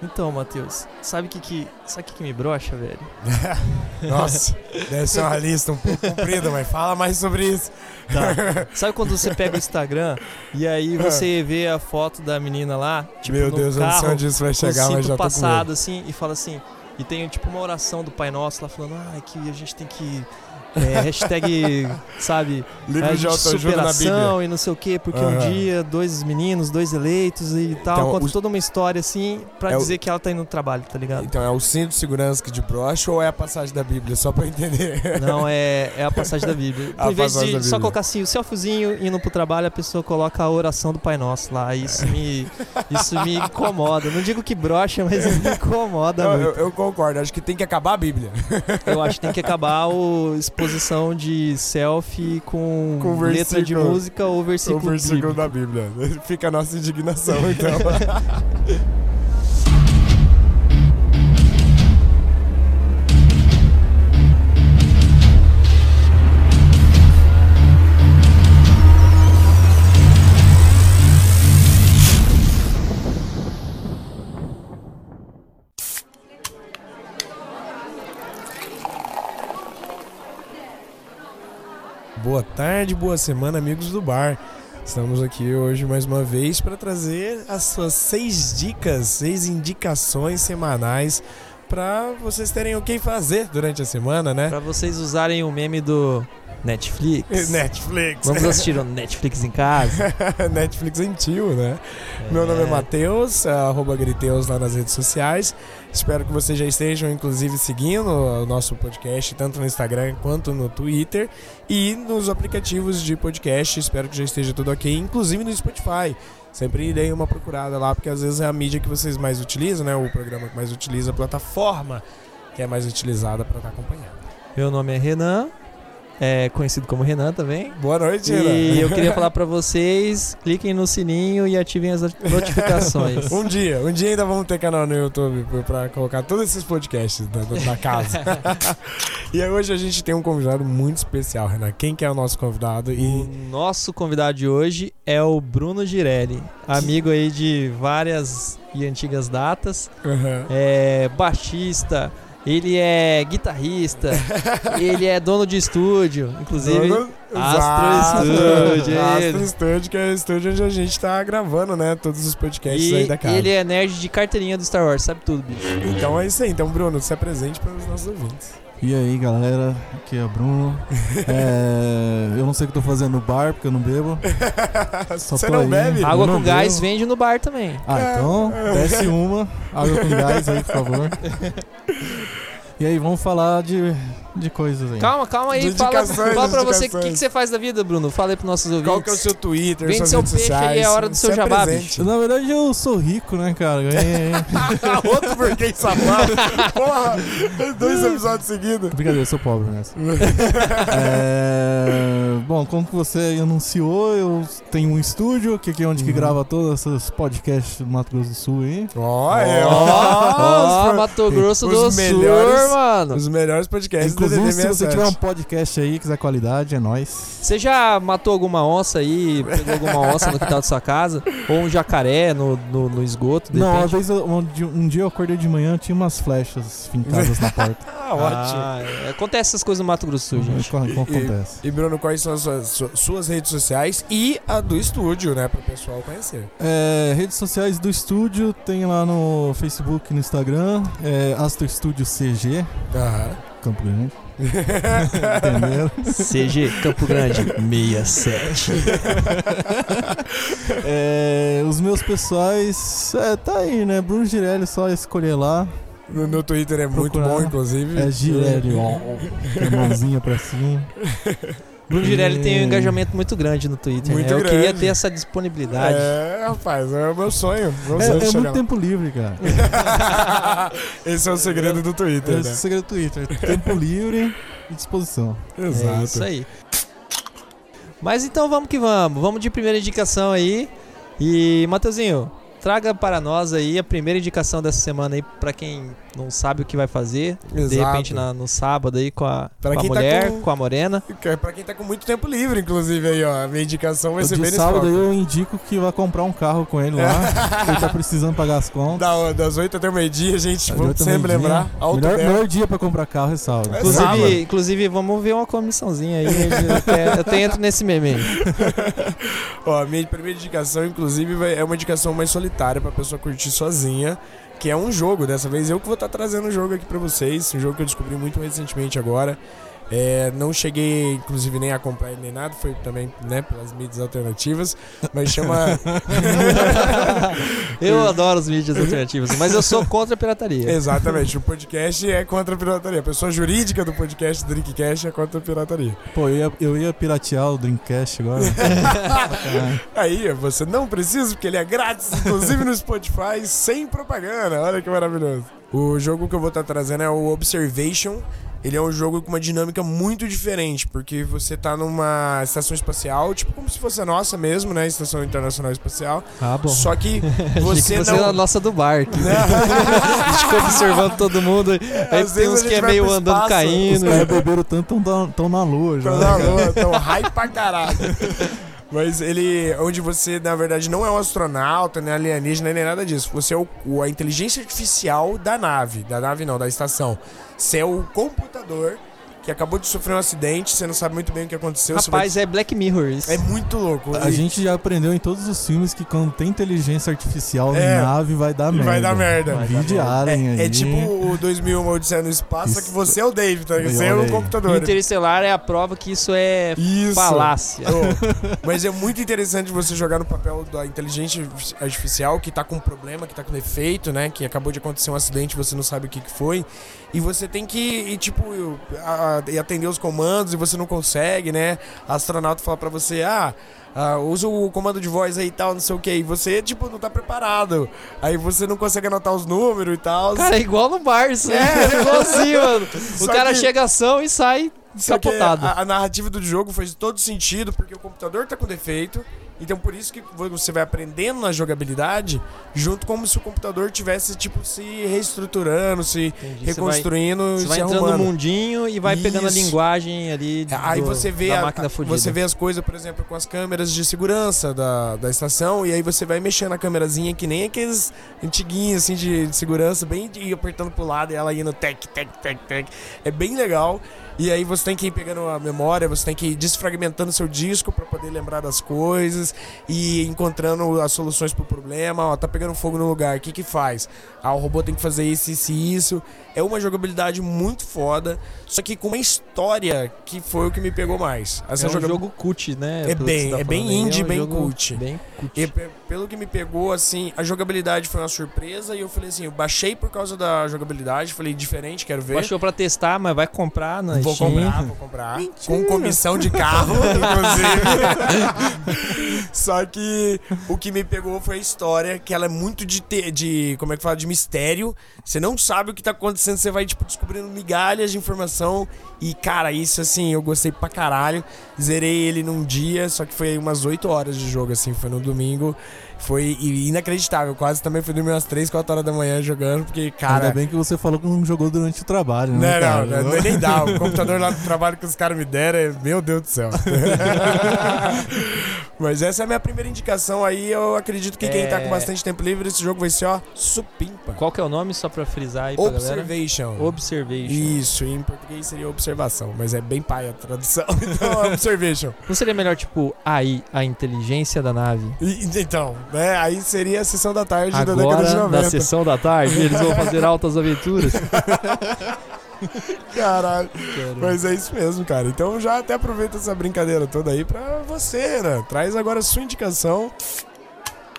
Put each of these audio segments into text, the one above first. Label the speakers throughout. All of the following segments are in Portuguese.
Speaker 1: Então, Matheus, sabe o que, que, sabe que, que me brocha, velho?
Speaker 2: Nossa, deve ser uma lista um pouco comprida, mas fala mais sobre isso.
Speaker 1: Tá. Sabe quando você pega o Instagram e aí você vê a foto da menina lá, tipo,
Speaker 2: Ah. Meu
Speaker 1: no
Speaker 2: Deus, eu não sei
Speaker 1: carro,
Speaker 2: onde isso vai
Speaker 1: com o
Speaker 2: chegar, mas
Speaker 1: cinto
Speaker 2: já tô com
Speaker 1: passado,
Speaker 2: medo.
Speaker 1: assim, e fala assim, e tem tipo uma oração do Pai Nosso lá falando, ah, que a gente tem que. é, hashtag, sabe,
Speaker 2: Livro
Speaker 1: é,
Speaker 2: de autoajuda na Bíblia.
Speaker 1: superação e não sei o quê, porque um
Speaker 2: Aham.
Speaker 1: dia dois meninos, dois eleitos e tal,
Speaker 2: Então,
Speaker 1: conta
Speaker 2: os-
Speaker 1: toda uma história assim pra
Speaker 2: É o-
Speaker 1: dizer que ela tá indo no trabalho, tá ligado?
Speaker 2: Então é o cinto de segurança que de brocha ou é a passagem da Bíblia? Só pra eu entender.
Speaker 1: Não, é, é a passagem da Bíblia.
Speaker 2: A
Speaker 1: Em vez
Speaker 2: passagem da
Speaker 1: de só
Speaker 2: Bíblia.
Speaker 1: colocar assim, o selfiezinho indo pro trabalho, a pessoa coloca a oração do Pai Nosso lá. Isso me, isso me incomoda. Não digo que brocha, mas me incomoda
Speaker 2: Eu,
Speaker 1: muito.
Speaker 2: eu- eu concordo, acho que tem que acabar a Bíblia.
Speaker 1: Eu acho que tem que acabar a exposição de selfie com,
Speaker 2: Com
Speaker 1: letra de
Speaker 2: versículo.
Speaker 1: música ou versículo,
Speaker 2: o versículo
Speaker 1: bíblico.
Speaker 2: da Bíblia. Fica a nossa indignação, então. Boa tarde, boa semana, amigos do bar. Estamos aqui hoje mais uma vez para trazer as suas seis dicas, seis indicações semanais para vocês terem o que fazer durante a semana, né?
Speaker 1: Pra vocês usarem o meme do Netflix.
Speaker 2: É, né? Netflix.
Speaker 1: Vamos assistir o Netflix em casa.
Speaker 2: Netflix em tio, né? Meu nome é Matheus, arroba Griteus lá nas redes sociais. Espero que vocês já estejam, inclusive, seguindo o nosso podcast, tanto no Instagram quanto no Twitter e nos aplicativos de podcast. Espero que já esteja tudo ok, inclusive no Spotify. Sempre dei uma procurada lá, porque às vezes é a mídia que vocês mais utilizam, né? O programa que mais utiliza, a plataforma que é mais utilizada para estar acompanhando.
Speaker 1: Meu nome é Renan, é conhecido como Renan também.
Speaker 2: Boa noite,
Speaker 1: E
Speaker 2: Ana.
Speaker 1: eu queria falar pra vocês, cliquem no sininho e ativem as notificações.
Speaker 2: Um dia, um dia ainda vamos ter canal no YouTube pra colocar todos esses podcasts da, da- da casa. e aí hoje a gente tem um convidado muito especial, Renan. Quem que é o nosso convidado?
Speaker 1: O
Speaker 2: E
Speaker 1: nosso convidado de hoje é o Bruno Girelli, amigo aí de várias e antigas datas,
Speaker 2: Aham.
Speaker 1: é baixista, ele é guitarrista, ele é dono de estúdio, inclusive.
Speaker 2: Dono-
Speaker 1: Astro
Speaker 2: Exato.
Speaker 1: Studio,
Speaker 2: Astro
Speaker 1: ele.
Speaker 2: Studio, que é o estúdio onde a gente tá gravando, né? Todos os podcasts aí
Speaker 1: E
Speaker 2: da casa.
Speaker 1: ele é nerd de carteirinha do Star Wars, sabe tudo, bicho.
Speaker 2: Então é isso aí. Então, Bruno, se apresente para os nossos ouvintes.
Speaker 3: E aí galera, aqui é o Bruno. É, eu não sei o que eu tô fazendo no bar porque eu não bebo. Só
Speaker 2: Você
Speaker 3: tô
Speaker 2: não
Speaker 3: aí.
Speaker 2: bebe?
Speaker 1: Água
Speaker 3: não
Speaker 1: com gás
Speaker 3: deu.
Speaker 1: vende no bar também.
Speaker 3: Ah, então desce uma, água com gás aí, por favor. E aí, vamos falar de, de coisas aí.
Speaker 1: Calma, calma aí,
Speaker 2: De
Speaker 1: fala,
Speaker 2: indicações,
Speaker 1: fala pra
Speaker 2: de
Speaker 1: você o que,
Speaker 2: indicações.
Speaker 1: que você faz da vida, Bruno. Fala aí pros nossos ouvintes.
Speaker 2: Qual que é o seu Twitter,
Speaker 1: Vende
Speaker 2: suas
Speaker 1: seu
Speaker 2: redes
Speaker 1: peixe
Speaker 2: sociais?
Speaker 1: aí, é a hora do seu
Speaker 2: Se
Speaker 1: jabá,
Speaker 2: apresente.
Speaker 3: Na verdade, eu sou rico, né, cara? Ganhei.
Speaker 2: Outro burguês safado. Porra, dois episódios seguidos.
Speaker 3: Brincadeira, eu sou pobre nessa. É, bom, como que você aí anunciou, eu tenho um estúdio, que aqui é onde que
Speaker 2: Uhum.
Speaker 3: grava todos esses podcasts do Mato Grosso do Sul aí.
Speaker 2: Ó, é,
Speaker 1: Ó,
Speaker 2: ó,
Speaker 1: ó, Mato Grosso
Speaker 2: os
Speaker 1: do
Speaker 2: melhores-
Speaker 1: Sul, mano.
Speaker 2: Os melhores
Speaker 3: É,
Speaker 2: podcasts do
Speaker 3: Inclusive, se você tiver um
Speaker 2: DDD67.
Speaker 3: podcast aí, quiser qualidade, é nóis.
Speaker 1: Você já matou alguma onça aí, pegou alguma onça no quintal da sua casa? Ou um jacaré no, no, no esgoto, de
Speaker 3: Não, uma
Speaker 1: repente?
Speaker 3: vez eu- um, di- um dia eu acordei de manhã, tinha umas flechas fincadas na porta.
Speaker 2: Ah, ótimo. É,
Speaker 1: Ah, é. Acontece essas coisas no Mato Grosso do Sul, gente.
Speaker 3: Como- como acontece.
Speaker 2: E Bruno, quais são as suas, su- suas redes sociais e a do estúdio, né? Pro pessoal conhecer.
Speaker 3: É, redes sociais do estúdio tem lá no Facebook e no Instagram. É Astro Studio CG,
Speaker 2: Aham.
Speaker 3: Campo Grande. Entenderam?
Speaker 1: CG, Campo Grande, 67.
Speaker 3: É, os meus pessoais. É, tá aí, né? Bruno Girelli, só escolher lá.
Speaker 2: No, no Twitter é muito
Speaker 3: Procurar.
Speaker 2: bom, inclusive.
Speaker 3: É Girelli, ó. Com a mãozinha pra cima.
Speaker 1: Bruno Girelli tem um
Speaker 3: Hum.
Speaker 1: engajamento muito grande no Twitter,
Speaker 2: é. Muito
Speaker 1: né? Eu queria
Speaker 2: grande.
Speaker 1: ter essa disponibilidade.
Speaker 2: É, rapaz, é o meu sonho. Meu sonho
Speaker 3: É, é
Speaker 2: chegar
Speaker 3: muito
Speaker 2: lá.
Speaker 3: tempo livre, cara.
Speaker 2: Esse é o segredo do Twitter,
Speaker 3: Esse é
Speaker 2: né?
Speaker 3: o segredo do Twitter. Tempo livre e disposição.
Speaker 1: É isso aí. Mas então vamos que vamos. Vamos de primeira indicação aí. E, Mateuzinho, traga para nós aí a primeira indicação dessa semana aí para quem não sabe o que vai fazer. De
Speaker 2: Exato.
Speaker 1: repente na- no sábado aí com a,
Speaker 2: Pra
Speaker 1: com a
Speaker 2: quem tá
Speaker 1: mulher,
Speaker 2: com-
Speaker 1: com... a morena.
Speaker 2: Que é Pra quem tá com muito tempo livre, inclusive, aí, ó. A minha indicação vai ser
Speaker 3: de
Speaker 2: bem nesse
Speaker 3: sábado
Speaker 2: foco.
Speaker 3: aí eu indico que vá comprar um carro com ele lá. ele tá precisando pagar as contas.
Speaker 2: Da- das 8 até o meio-dia, gente.
Speaker 3: Eu
Speaker 2: Vamos
Speaker 3: também
Speaker 2: sempre
Speaker 3: digo.
Speaker 2: tipo, lembrar. Alto
Speaker 3: Melhor,
Speaker 2: dela.
Speaker 3: melhor dia pra comprar carro é sábado.
Speaker 2: É
Speaker 1: Inclusive,
Speaker 2: sábado.
Speaker 1: inclusive, vamos ver uma comissãozinha aí. né, Eu até- eu até entro nesse meme aí.
Speaker 2: Ó, a minha primeira indicação, inclusive, vai- é uma indicação mais solitária pra pessoa curtir sozinha. Que é um jogo, dessa vez eu que vou estar trazendo o jogo aqui pra vocês. Um jogo que eu descobri muito recentemente agora. É, não cheguei, inclusive, nem a comprar ele nem nada, foi também, né, pelas mídias alternativas. Mas chama.
Speaker 1: Eu adoro os mídias alternativos, mas eu sou contra a
Speaker 2: É,
Speaker 1: pirataria.
Speaker 2: Exatamente, o podcast é contra a pirataria. A pessoa jurídica do podcast Drinkcast é contra a pirataria.
Speaker 3: Pô, eu ia, eu ia piratear o Dreamcast agora. Sacanagem.
Speaker 2: Aí, você não precisa, porque ele é grátis, inclusive no Spotify, sem propaganda. Olha que maravilhoso. O jogo que eu vou estar trazendo é o Observation. Ele é um jogo com uma dinâmica muito diferente, porque você tá numa estação espacial, tipo como se fosse a nossa mesmo, né? Estação Internacional Espacial.
Speaker 3: ah, bom.
Speaker 2: Só que
Speaker 1: Você,
Speaker 2: você
Speaker 1: você é a
Speaker 2: não.
Speaker 1: nossa do bar. que- a gente fica observando todo mundo. Aí
Speaker 2: É, às
Speaker 1: tem
Speaker 2: vezes
Speaker 1: uns
Speaker 2: a gente
Speaker 1: que é
Speaker 2: vai
Speaker 1: meio
Speaker 2: pro
Speaker 1: andando
Speaker 2: espaço,
Speaker 3: Os
Speaker 1: caindo.
Speaker 3: caras beberam tanto, tão, da- tão na lua já.
Speaker 2: Tô né? na lua, tô hype pra caralho. Mas ele. Onde você, na verdade, não é um astronauta, nem alienígena, nem nada disso. Você é o, o- a inteligência artificial da nave. Da nave não, da estação. Você é o computador que acabou de sofrer um acidente, você não sabe muito bem o que aconteceu. você vai-
Speaker 1: Rapaz, é Black Mirror isso.
Speaker 2: é muito louco.
Speaker 3: A
Speaker 2: E-
Speaker 3: gente já aprendeu em todos os filmes que quando tem inteligência artificial
Speaker 2: É.
Speaker 3: na nave vai dar merda.
Speaker 2: Vai dar merda.
Speaker 3: Vai dar Vide Alien aí.
Speaker 2: É, é tipo o 2001 Odisseia no Espaço, só que
Speaker 3: Isso.
Speaker 2: você é o David, tá?
Speaker 3: Olha
Speaker 2: Você é o
Speaker 3: aí.
Speaker 2: computador.
Speaker 1: Interestelar é a prova que isso é
Speaker 2: Isso.
Speaker 1: falácia.
Speaker 2: Ô, mas é muito interessante você jogar no papel da inteligência artificial que tá com um problema, que tá com defeito, né? Que acabou de acontecer um acidente, você não sabe o que, que foi. E você tem que, ir, tipo, eu- a- a- e atender os comandos e você não consegue, né? A astronauta fala pra você, ah. ah, usa o comando de voz aí e tal, não sei o que. E você, tipo, não tá preparado. Aí você não consegue anotar os números e tal.
Speaker 1: Cara, é igual no bar, isso né?
Speaker 2: É.
Speaker 1: É igualzinho, mano. O
Speaker 2: Só
Speaker 1: cara
Speaker 2: que-
Speaker 1: chega ação e sai
Speaker 2: Só que é
Speaker 1: capotado.
Speaker 2: A, a narrativa do jogo faz todo sentido, porque o computador tá com defeito. Então por isso que vo- você vai aprendendo na jogabilidade, junto como se o computador tivesse tipo se reestruturando, se
Speaker 1: Você vai,
Speaker 2: reconstruindo,
Speaker 1: você
Speaker 2: se
Speaker 1: vai entrando
Speaker 2: arrumando.
Speaker 1: no mundinho e vai pegando a
Speaker 2: é Isso. É,
Speaker 1: linguagem ali do,
Speaker 2: Aí você vê,
Speaker 1: da
Speaker 2: a-
Speaker 1: máquina fodida.
Speaker 2: você vê as coisas, por exemplo, com as câmeras de segurança da, da estação, e aí você vai mexendo a câmerazinha que nem aqueles antiguinhos assim de, de segurança, bem de, apertando pro lado e ela indo tec, tec, tec, tec. É bem legal. E aí você tem que ir pegando a memória, você tem que ir desfragmentando seu disco pra poder lembrar das coisas e encontrando as soluções pro problema. Ó, tá pegando fogo no lugar, o que que faz? Ah, o robô tem que fazer isso, isso e isso. É uma jogabilidade muito foda, só que com uma história que foi o que me pegou mais. Essa
Speaker 1: é um
Speaker 2: joga-
Speaker 1: jogo cult, né?
Speaker 2: É
Speaker 1: pelo que
Speaker 2: bem-
Speaker 1: você
Speaker 2: é bem
Speaker 1: falando aí.
Speaker 2: indie,
Speaker 1: um
Speaker 2: bem
Speaker 1: jogo
Speaker 2: cult.
Speaker 1: Bem cult.
Speaker 2: E pe- pelo que me pegou, assim, a jogabilidade foi uma surpresa e eu falei assim, eu baixei por causa da jogabilidade, falei diferente, quero ver.
Speaker 1: Baixou pra testar, mas vai comprar na
Speaker 2: Vou
Speaker 1: Steam.
Speaker 2: comprar, vou comprar.
Speaker 3: Mentira.
Speaker 2: Com comissão de carro, inclusive. Só que o que me pegou foi a história, que ela é muito de, te- de como é que fala, de mistério. Você não sabe o que tá acontecendo, você vai, tipo, descobrindo migalhas de informação. E, cara, isso, assim, eu gostei pra caralho. Zerei ele num dia, só que foi aí umas 8 horas de jogo, assim, foi no domingo. Foi i- inacreditável, quase também fui dormir umas 3, 4 horas da manhã jogando, porque, cara...
Speaker 3: Ainda bem que você falou que não jogou durante o trabalho,
Speaker 2: Não,
Speaker 3: né? cara?
Speaker 2: não, não, não, nem dá. O computador lá do trabalho que os caras me deram, é- meu Deus do céu. Mas essa é a minha primeira indicação aí. Eu acredito que quem tá
Speaker 1: É.
Speaker 2: com bastante tempo livre, esse jogo vai ser, ó, supimpa.
Speaker 1: Qual que é o nome, só pra frisar aí pra galera?
Speaker 2: Observation.
Speaker 1: Observation.
Speaker 2: Isso, em português seria observação, mas é bem paia a tradução. Então, observation.
Speaker 1: Não seria melhor, tipo, aí, a inteligência da nave?
Speaker 2: E- então, né, aí seria a sessão da tarde da década de
Speaker 1: Agora, na
Speaker 2: 90.
Speaker 1: sessão da tarde, eles vão fazer altas aventuras.
Speaker 2: Caralho.
Speaker 1: Quero.
Speaker 2: Mas é isso mesmo, cara. Então já até aproveita essa brincadeira toda aí pra você, né? Traz agora a sua indicação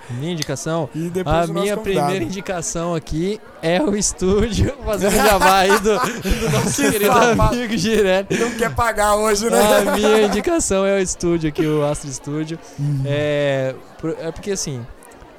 Speaker 1: Minha indicação.
Speaker 2: e depois
Speaker 1: A
Speaker 2: o nosso
Speaker 1: minha
Speaker 2: convidado.
Speaker 1: primeira indicação aqui é o estúdio fazendo jabá aí do, do nosso
Speaker 2: Que
Speaker 1: querido
Speaker 2: safado.
Speaker 1: amigo Girelli.
Speaker 2: Não quer pagar hoje, né?
Speaker 1: A minha indicação é o estúdio aqui, o Astro Estúdio.
Speaker 2: Uhum.
Speaker 1: É, pro- é porque assim,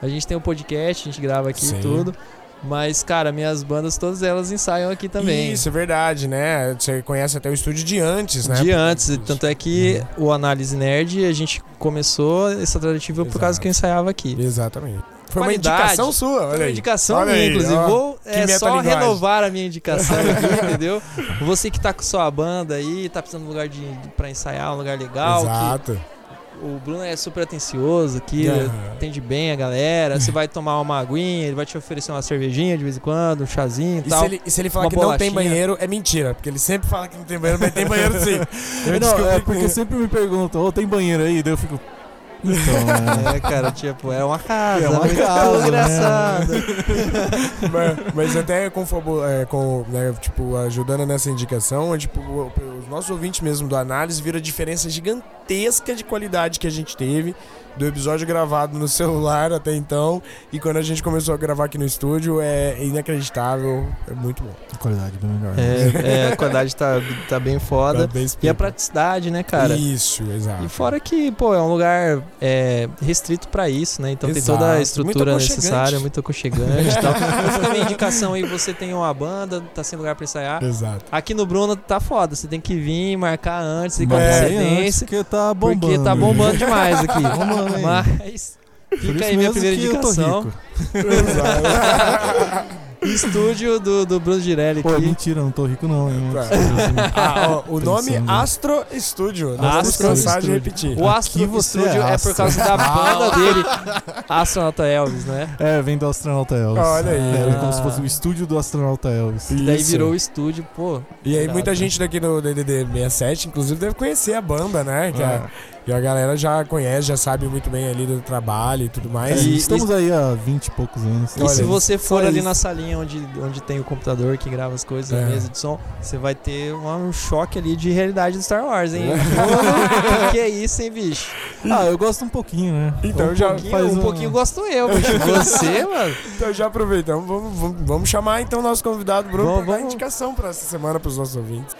Speaker 1: a gente tem um podcast, a gente grava aqui
Speaker 2: Sim.
Speaker 1: e tudo. Mas, cara, minhas bandas, todas elas ensaiam aqui também.
Speaker 2: Isso, é verdade, né? Você conhece até o estúdio de antes, né? Uhum.
Speaker 1: De antes, tanto é que o Análise Nerd, a gente começou essa tratativa por causa que eu ensaiava aqui.
Speaker 2: Exatamente. Foi uma
Speaker 1: qualidade.
Speaker 2: indicação sua,
Speaker 1: Foi
Speaker 2: olha
Speaker 1: uma
Speaker 2: aí.
Speaker 1: indicação
Speaker 2: Olha
Speaker 1: minha,
Speaker 2: aí,
Speaker 1: inclusive.
Speaker 2: ó.
Speaker 1: Vou é,
Speaker 2: Que
Speaker 1: só
Speaker 2: metalinguagem.
Speaker 1: renovar a minha indicação aqui, entendeu? Você que tá com sua banda aí, tá precisando de um lugar de, pra ensaiar, um lugar legal. que
Speaker 2: Exato. É.
Speaker 1: o Bruno é super atencioso aqui,
Speaker 2: Aham.
Speaker 1: atende bem a galera. Você vai tomar uma aguinha, ele vai te oferecer uma cervejinha de vez em quando, um chazinho e
Speaker 2: E se
Speaker 1: tal.
Speaker 2: ele, e se ele falar
Speaker 1: Uma
Speaker 2: que não tem
Speaker 1: bolachinha.
Speaker 2: banheiro, é mentira. Porque ele sempre fala que não tem banheiro, mas tem banheiro sim. Eu
Speaker 3: não,
Speaker 2: descobri
Speaker 3: é
Speaker 2: que-
Speaker 3: porque sempre me perguntam, ô, tem banheiro aí? Daí eu fico. Então,
Speaker 1: É, cara, tipo, é uma casa,
Speaker 3: É uma
Speaker 1: muito
Speaker 3: casa, né?
Speaker 1: engraçada.
Speaker 2: mas, mas até com, fabu- é, com, né, tipo, ajudando nessa indicação, é, tipo, o- os nossos ouvintes mesmo do análise viram a diferença gigantesca de qualidade que a gente teve do episódio gravado no celular até então e quando a gente começou a gravar aqui no estúdio é inacreditável, é muito bom.
Speaker 3: é. Qualidade bem melhor.
Speaker 1: É, é, a qualidade tá, tá bem foda.
Speaker 2: Parabéns,
Speaker 1: E a
Speaker 2: Pedro.
Speaker 1: praticidade, né, cara?
Speaker 2: Isso, exato.
Speaker 1: E fora que, pô, é um lugar é, restrito pra isso, né? Então tem
Speaker 2: Exato.
Speaker 1: toda a
Speaker 2: Muito
Speaker 1: estrutura
Speaker 2: aconchegante.
Speaker 1: necessária, muito aconchegante e tal. Então fica a minha indicação aí, você tem uma banda, tá sem lugar pra ensaiar.
Speaker 2: Exato.
Speaker 1: Aqui no Bruno tá foda, você tem que vir, marcar antes e com
Speaker 2: Mas
Speaker 3: Mas
Speaker 2: é,
Speaker 3: aí antes,
Speaker 1: antecedência,
Speaker 3: porque tá bombando. Tá
Speaker 1: porque tá bombando demais aqui.
Speaker 3: Bombando, hein?
Speaker 1: Mas
Speaker 3: Por
Speaker 1: fica
Speaker 3: isso
Speaker 1: aí minha
Speaker 3: mesmo
Speaker 1: primeira
Speaker 3: que eu tô
Speaker 1: indicação.
Speaker 3: rico.
Speaker 2: Exato.
Speaker 1: Estúdio do, do Bruno Girelli
Speaker 3: Pô,
Speaker 1: aqui.
Speaker 3: mentira, não tô rico não, hein?
Speaker 2: Tá.
Speaker 3: Vocês-
Speaker 2: Ah, ó, o
Speaker 3: Pensando.
Speaker 2: nome Astro Studio. Não vamos
Speaker 1: Astro
Speaker 2: cansar de
Speaker 3: Studio.
Speaker 2: repetir.
Speaker 1: O Astro
Speaker 3: você é
Speaker 1: Studio é,
Speaker 3: astro.
Speaker 1: por causa da banda dele, Astronauta Elvis, né?
Speaker 3: É, vem do Astronauta Elvis.
Speaker 2: Olha aí.
Speaker 3: É, como se fosse o estúdio do Astronauta Elvis.
Speaker 1: E daí
Speaker 2: Isso.
Speaker 1: virou o estúdio, pô.
Speaker 2: E aí
Speaker 1: Irado.
Speaker 2: muita gente daqui no DDD 67, inclusive, deve conhecer a banda,
Speaker 3: É.
Speaker 2: né? Que, a,
Speaker 3: Ah.
Speaker 2: que a galera já conhece, já sabe muito bem ali do trabalho e tudo
Speaker 3: É,
Speaker 2: mais.
Speaker 1: E-
Speaker 3: estamos aí há 20 e poucos anos.
Speaker 1: E se
Speaker 2: Olha,
Speaker 1: você for
Speaker 2: só
Speaker 1: ali
Speaker 2: isso.
Speaker 1: na salinha onde, onde tem o computador que grava as coisas,
Speaker 2: É.
Speaker 1: a mesa de som, você vai ter uma- um choque ali de realidade do Star Wars, hein? que é isso, hein, bicho?
Speaker 3: Ah, eu gosto um pouquinho, né?
Speaker 2: Então,
Speaker 3: um
Speaker 2: já
Speaker 1: Que
Speaker 3: pouquinho, faz
Speaker 1: um
Speaker 3: um-
Speaker 1: pouquinho gosto eu, bicho. Você, mano.
Speaker 2: Então já aproveitamos, vamos, vamos, vamos chamar então o nosso convidado Bruno
Speaker 1: Vamos,
Speaker 2: pra dar
Speaker 1: vamos.
Speaker 2: indicação pra essa semana pros nossos ouvintes.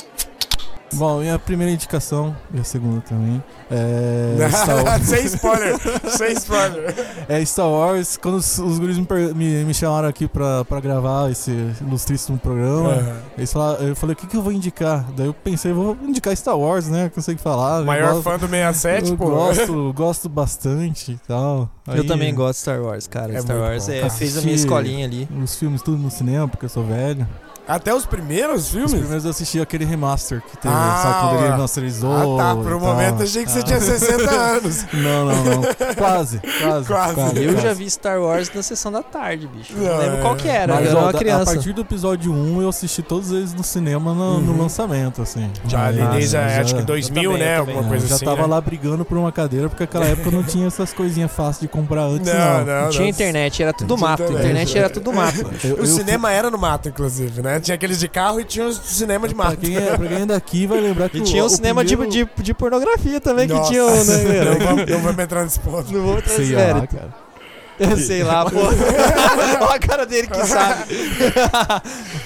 Speaker 3: Bom, minha primeira indicação, e a segunda também, é Star,
Speaker 2: sem spoiler, sem spoiler.
Speaker 3: é Star Wars. Quando os, os guris me, per- me, me chamaram aqui pra, pra gravar esse ilustríssimo programa,
Speaker 2: É.
Speaker 3: eles falaram, eu falei, o que, que eu vou indicar? Daí eu pensei, vou indicar Star Wars, né? Consigo falar.
Speaker 2: O
Speaker 3: eu
Speaker 2: Maior
Speaker 3: gosto-
Speaker 2: fã é, tipo, do 67,
Speaker 3: eu
Speaker 2: pô.
Speaker 3: gosto, gosto bastante e tal.
Speaker 1: Eu
Speaker 3: Aí,
Speaker 1: também gosto de Star Wars, cara.
Speaker 2: É
Speaker 1: Star
Speaker 2: muito
Speaker 1: Wars
Speaker 2: bom,
Speaker 1: é,
Speaker 2: cara.
Speaker 1: fez a minha
Speaker 3: Assisti-
Speaker 1: escolinha ali.
Speaker 3: Os filmes tudo no cinema, porque eu sou velho.
Speaker 2: Até os primeiros
Speaker 3: Os
Speaker 2: filmes?
Speaker 3: primeiros eu assisti aquele remaster que teve,
Speaker 2: Ah,
Speaker 3: sabe? Quando
Speaker 2: ó.
Speaker 3: ele remasterizou.
Speaker 2: ah tá, por um
Speaker 3: e tal.
Speaker 2: momento achei que você tinha 60 anos.
Speaker 3: Ah. Não, não, não. Quase, quase.
Speaker 2: Quase.
Speaker 1: Eu
Speaker 3: quase.
Speaker 1: já vi Star Wars na sessão da tarde, bicho.
Speaker 2: Não,
Speaker 1: Não lembro qual que era,
Speaker 3: Mas,
Speaker 1: eu era
Speaker 3: ó,
Speaker 1: uma
Speaker 3: da- A
Speaker 1: criança.
Speaker 3: partir do episódio 1, eu assisti todos eles no cinema no, no
Speaker 2: Uhum.
Speaker 3: lançamento, assim.
Speaker 2: Já,
Speaker 3: Aí,
Speaker 2: ali desde,
Speaker 3: já-
Speaker 2: a- acho que
Speaker 3: já-
Speaker 2: 2000,
Speaker 1: também,
Speaker 2: né?
Speaker 1: eu
Speaker 2: Alguma
Speaker 1: também.
Speaker 2: coisa
Speaker 3: é. já
Speaker 2: assim.
Speaker 3: tava
Speaker 2: né?
Speaker 3: lá brigando por uma cadeira, porque naquela época não tinha essas coisinhas fáceis de comprar antes,
Speaker 2: Não,
Speaker 3: não.
Speaker 2: não,
Speaker 1: Não tinha
Speaker 2: não.
Speaker 1: internet, era tudo
Speaker 2: Tinha
Speaker 1: mato.
Speaker 2: internet,
Speaker 1: Internet
Speaker 2: é.
Speaker 1: era tudo mato.
Speaker 3: Eu-
Speaker 2: O
Speaker 3: eu
Speaker 2: cinema era no mato, inclusive, né? Tinha aqueles de carro e tinha os de cinema de
Speaker 3: fui- Pra
Speaker 2: mato.
Speaker 3: quem, é, pra quem é daqui vai lembrar que
Speaker 1: E
Speaker 3: o-
Speaker 1: tinha um
Speaker 3: o
Speaker 1: cinema de-
Speaker 3: primeiro-
Speaker 1: de, de pornografia também que tinha,
Speaker 3: um,
Speaker 2: Nossa,
Speaker 1: né, cara?
Speaker 2: Não vamos, não vamos entrar nesse ponto.
Speaker 1: Não vou
Speaker 3: Sei
Speaker 1: trazer.
Speaker 3: lá, cara.
Speaker 1: Sei lá, pô. Olha a cara dele que sabe.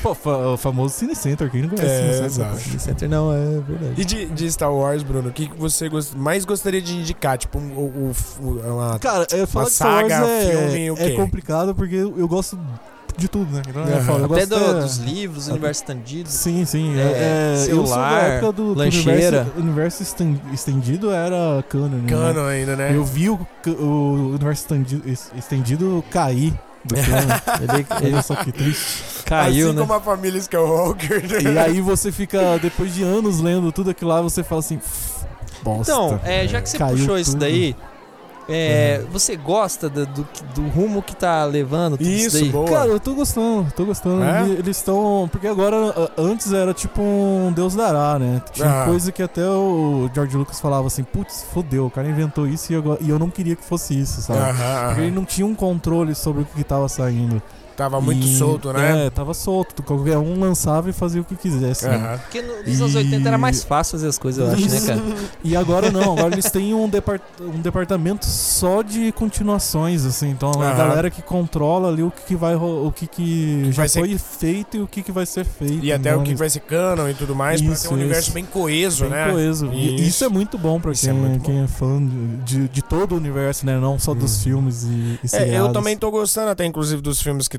Speaker 3: Pô, fa- o famoso Cine Center, quem não conhece
Speaker 2: É,
Speaker 3: Cine Center?
Speaker 2: exato.
Speaker 3: Cine Center não, é verdade.
Speaker 2: E de, de Star Wars, Bruno, o que que você gost- mais gostaria de indicar? Tipo, um- o. o- o- uma-
Speaker 3: Cara, eu falo
Speaker 2: Uma
Speaker 3: que Star Wars
Speaker 2: saga,
Speaker 3: é,
Speaker 2: filme, o
Speaker 3: é
Speaker 2: quê? É, né? é.
Speaker 3: né? Então, é né? é Tá
Speaker 2: Assim
Speaker 1: Assim
Speaker 2: né?
Speaker 3: Então,
Speaker 1: Então,
Speaker 3: é,
Speaker 1: é,
Speaker 2: É.
Speaker 1: tá
Speaker 3: tipo um né?
Speaker 1: né,
Speaker 2: né? um né? É,
Speaker 3: assim, um é, um né? um assim. Então, é né?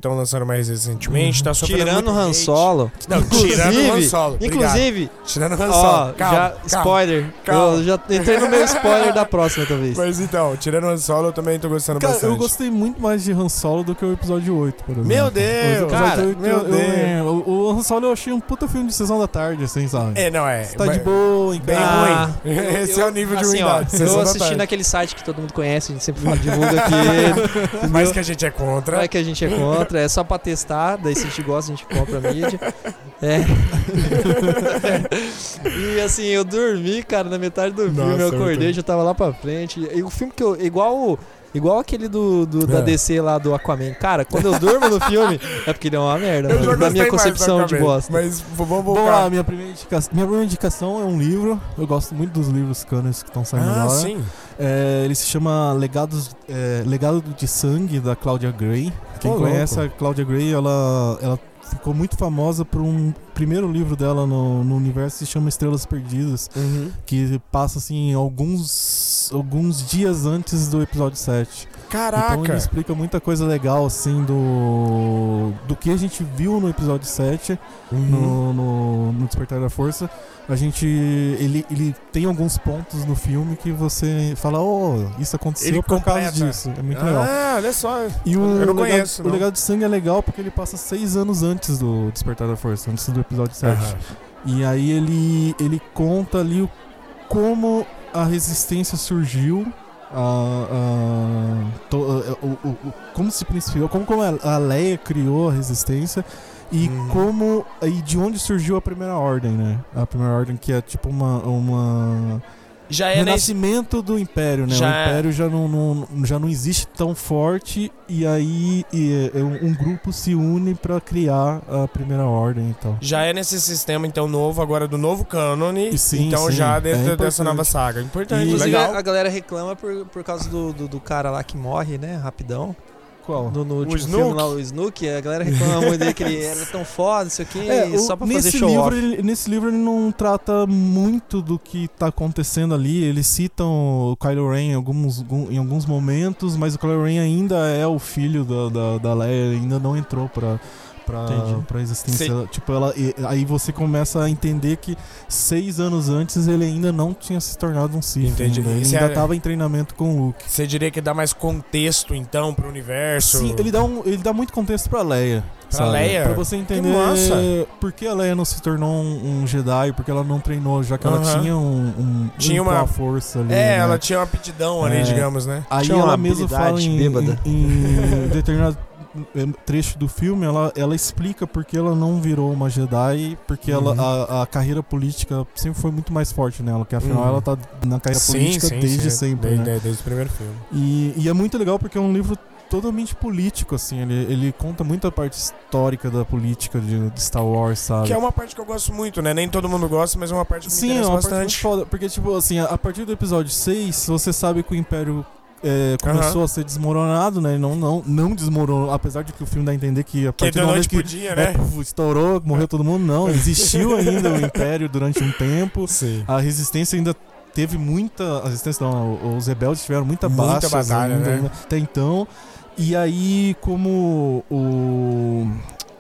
Speaker 2: estão lançando mais recentemente, tá sofrendo
Speaker 1: Tirando
Speaker 2: muito
Speaker 1: Han
Speaker 2: hate.
Speaker 1: Solo.
Speaker 2: Não, tirando o Han Solo. obrigado.
Speaker 1: Inclusive,
Speaker 2: Tirando o Han
Speaker 1: ó,
Speaker 2: Solo. calma,
Speaker 1: já,
Speaker 2: calma.
Speaker 1: spoiler.
Speaker 2: calma.
Speaker 1: Eu já entrei no meu spoiler da próxima, talvez.
Speaker 2: Mas então, tirando o Han Solo, eu também tô gostando
Speaker 3: Cara,
Speaker 2: bastante.
Speaker 3: eu gostei muito mais de Han Solo do que o episódio 8, por exemplo.
Speaker 2: Meu Deus,
Speaker 3: O episódio
Speaker 2: cara,
Speaker 3: 8,
Speaker 2: meu
Speaker 3: eu- eu-
Speaker 2: Deus.
Speaker 3: é, o, o Han Solo eu achei um puta filme de sessão da tarde, assim, sabe?
Speaker 2: É, não é.
Speaker 3: Você tá de
Speaker 2: mas-
Speaker 3: boa, em
Speaker 2: Bem
Speaker 3: casa.
Speaker 1: Ah,
Speaker 2: ruim. Esse é o nível de
Speaker 1: assim, ó,
Speaker 2: ruindade. Sessão
Speaker 1: eu
Speaker 2: da
Speaker 1: assisti
Speaker 2: tarde.
Speaker 1: naquele site que todo mundo conhece, a gente sempre fala, divulga aqui.
Speaker 2: Mas que a gente é contra.
Speaker 1: Não é que a gente é contra, é só pra testar, daí se a gente gosta, a gente compra a mídia. É. e assim, eu dormi, cara, na metade do
Speaker 2: Nossa, é
Speaker 1: filme, eu
Speaker 2: muito
Speaker 1: acordei,
Speaker 2: bom.
Speaker 1: já tava lá pra frente. E o filme que eu. Igual o- Igual aquele do, do- da
Speaker 2: É.
Speaker 1: DC lá do Aquaman. Cara, quando eu durmo no filme, é porque ele é uma merda,
Speaker 2: Eu já
Speaker 1: mano, da
Speaker 2: gostei
Speaker 1: minha
Speaker 2: mais
Speaker 1: concepção
Speaker 2: do
Speaker 1: de
Speaker 2: Aquaman,
Speaker 1: bosta.
Speaker 2: Mas v- vamos
Speaker 3: Bom, a
Speaker 2: voltar.
Speaker 3: minha primeira, indicação, minha primeira indicação é um livro. Eu gosto muito dos livros canos que estão saindo
Speaker 2: Ah,
Speaker 3: agora.
Speaker 2: sim.
Speaker 3: É, ele se chama Legados, é, Legado de Sangue, da Claudia Gray. Quem
Speaker 2: Ô,
Speaker 3: conhece
Speaker 2: louco.
Speaker 3: a Claudia Gray, ela, ela ficou muito famosa por um primeiro livro dela no, no universo que se chama Estrelas Perdidas,
Speaker 2: Uhum.
Speaker 3: que passa, assim, alguns, alguns dias antes do episódio 7.
Speaker 2: Caraca.
Speaker 3: Então ele explica muita coisa legal, assim, do, do que a gente viu no episódio 7
Speaker 2: Uhum.
Speaker 3: no, no, no Despertar da Força. A gente. Ele, ele tem alguns pontos no filme que você fala, oh, isso aconteceu
Speaker 2: Ele
Speaker 3: por
Speaker 2: completa.
Speaker 3: causa disso. É muito legal.
Speaker 2: Ah, olha só.
Speaker 3: E o,
Speaker 2: eu não
Speaker 3: legado,
Speaker 2: conheço,
Speaker 3: o
Speaker 2: não.
Speaker 3: legado de sangue é legal porque ele passa seis anos antes do Despertar da Força, antes do episódio 7.
Speaker 2: Aham.
Speaker 3: E aí ele, ele conta ali o, como a resistência surgiu. a- a- to- a- o- o- o- como se principiou, como, como a- a Leia criou a resistência e
Speaker 2: Hum.
Speaker 3: como e de onde surgiu a primeira ordem, né? A primeira ordem que é tipo uma uma
Speaker 2: Já
Speaker 3: o
Speaker 2: é na
Speaker 3: renascimento do Império, né?
Speaker 2: Já- é.
Speaker 3: O Império já não, não- já não existe tão forte e aí e, é, um, um grupo se une pra criar a primeira ordem e tal.
Speaker 2: Já é nesse sistema, então, novo, agora do novo cânone.
Speaker 3: E sim,
Speaker 2: então,
Speaker 3: sim,
Speaker 2: já dentro
Speaker 3: é
Speaker 2: dessa
Speaker 3: importante.
Speaker 2: nova saga. Importante,
Speaker 1: Inclusive,
Speaker 2: legal.
Speaker 1: a galera reclama por, por causa do, do, do cara lá que morre, né? Rapidão.
Speaker 3: Qual?
Speaker 1: No, no último
Speaker 2: Snook?
Speaker 1: filme lá, o Snook, a galera reclama muito dele que ele era tão foda, isso aqui,
Speaker 3: É, o-
Speaker 1: só pra
Speaker 3: nesse
Speaker 1: fazer show
Speaker 3: livro,
Speaker 1: off.
Speaker 3: Ele, nesse livro ele não trata muito do que tá acontecendo ali. Eles citam o Kylo Ren em alguns, gu- em alguns momentos, mas o Kylo Ren ainda é o filho da, da, da Leia, ele ainda não entrou pra. Pra,
Speaker 1: Entendi.
Speaker 3: pra existência. Ela- Tipo, ela, e- aí você começa a entender que seis anos antes ele ainda não tinha se tornado um Sith.
Speaker 2: Entendi.
Speaker 3: ainda. Ele
Speaker 2: Isso
Speaker 3: ainda
Speaker 2: é-
Speaker 3: tava em treinamento com o Luke.
Speaker 2: Você diria que dá mais contexto, então, pro universo?
Speaker 3: Sim, ele dá, um, ele dá muito contexto pra Leia.
Speaker 2: Pra
Speaker 3: sabe?
Speaker 2: Leia?
Speaker 3: Pra você entender
Speaker 2: massa.
Speaker 3: por que a Leia não se tornou um, um Jedi, porque ela não treinou, já que
Speaker 2: Aham.
Speaker 3: ela tinha um, um
Speaker 2: Tinha
Speaker 3: um
Speaker 2: uma-
Speaker 3: com a força ali.
Speaker 2: É,
Speaker 3: né?
Speaker 2: ela tinha uma aptidão ali,
Speaker 3: É.
Speaker 2: digamos, né?
Speaker 3: Aí
Speaker 1: tinha uma
Speaker 3: ela mesma fala
Speaker 1: habilidade
Speaker 3: em,
Speaker 1: bêbada.
Speaker 3: em, em determinado eh, trecho do filme, ela, ela explica porque ela não virou uma Jedi, porque
Speaker 2: Uhum.
Speaker 3: ela, a, a carreira política sempre foi muito mais forte nela, que afinal
Speaker 2: Uhum.
Speaker 3: ela tá na carreira política desde sempre. né?
Speaker 2: Desde, é, desde o primeiro filme.
Speaker 3: E, e é muito legal porque é um livro totalmente político, assim. Ele, ele conta muita parte histórica da política de, de Star Wars, sabe?
Speaker 2: Que é uma parte que eu gosto muito, né? Nem todo mundo gosta, mas é uma parte que me
Speaker 3: Sim, é
Speaker 2: interessa
Speaker 3: uma parte muito
Speaker 2: bastante.
Speaker 3: foda. Porque, tipo, assim, a, a partir do episódio 6, você sabe que o Império é, começou a ser desmoronado, né? E Não, não, não desmoronou, apesar de que o filme dá a entender que a
Speaker 2: Que de
Speaker 3: partir do
Speaker 2: noite
Speaker 3: momento que
Speaker 2: podia, né?
Speaker 3: é, puf, estourou, morreu todo mundo, não. Existiu ainda o Império durante um tempo.
Speaker 2: Sim.
Speaker 3: A resistência ainda teve muita. A resistência não, os rebeldes tiveram muita
Speaker 2: Muita
Speaker 3: baixa
Speaker 2: batalha, né?
Speaker 3: até então. E aí, como o,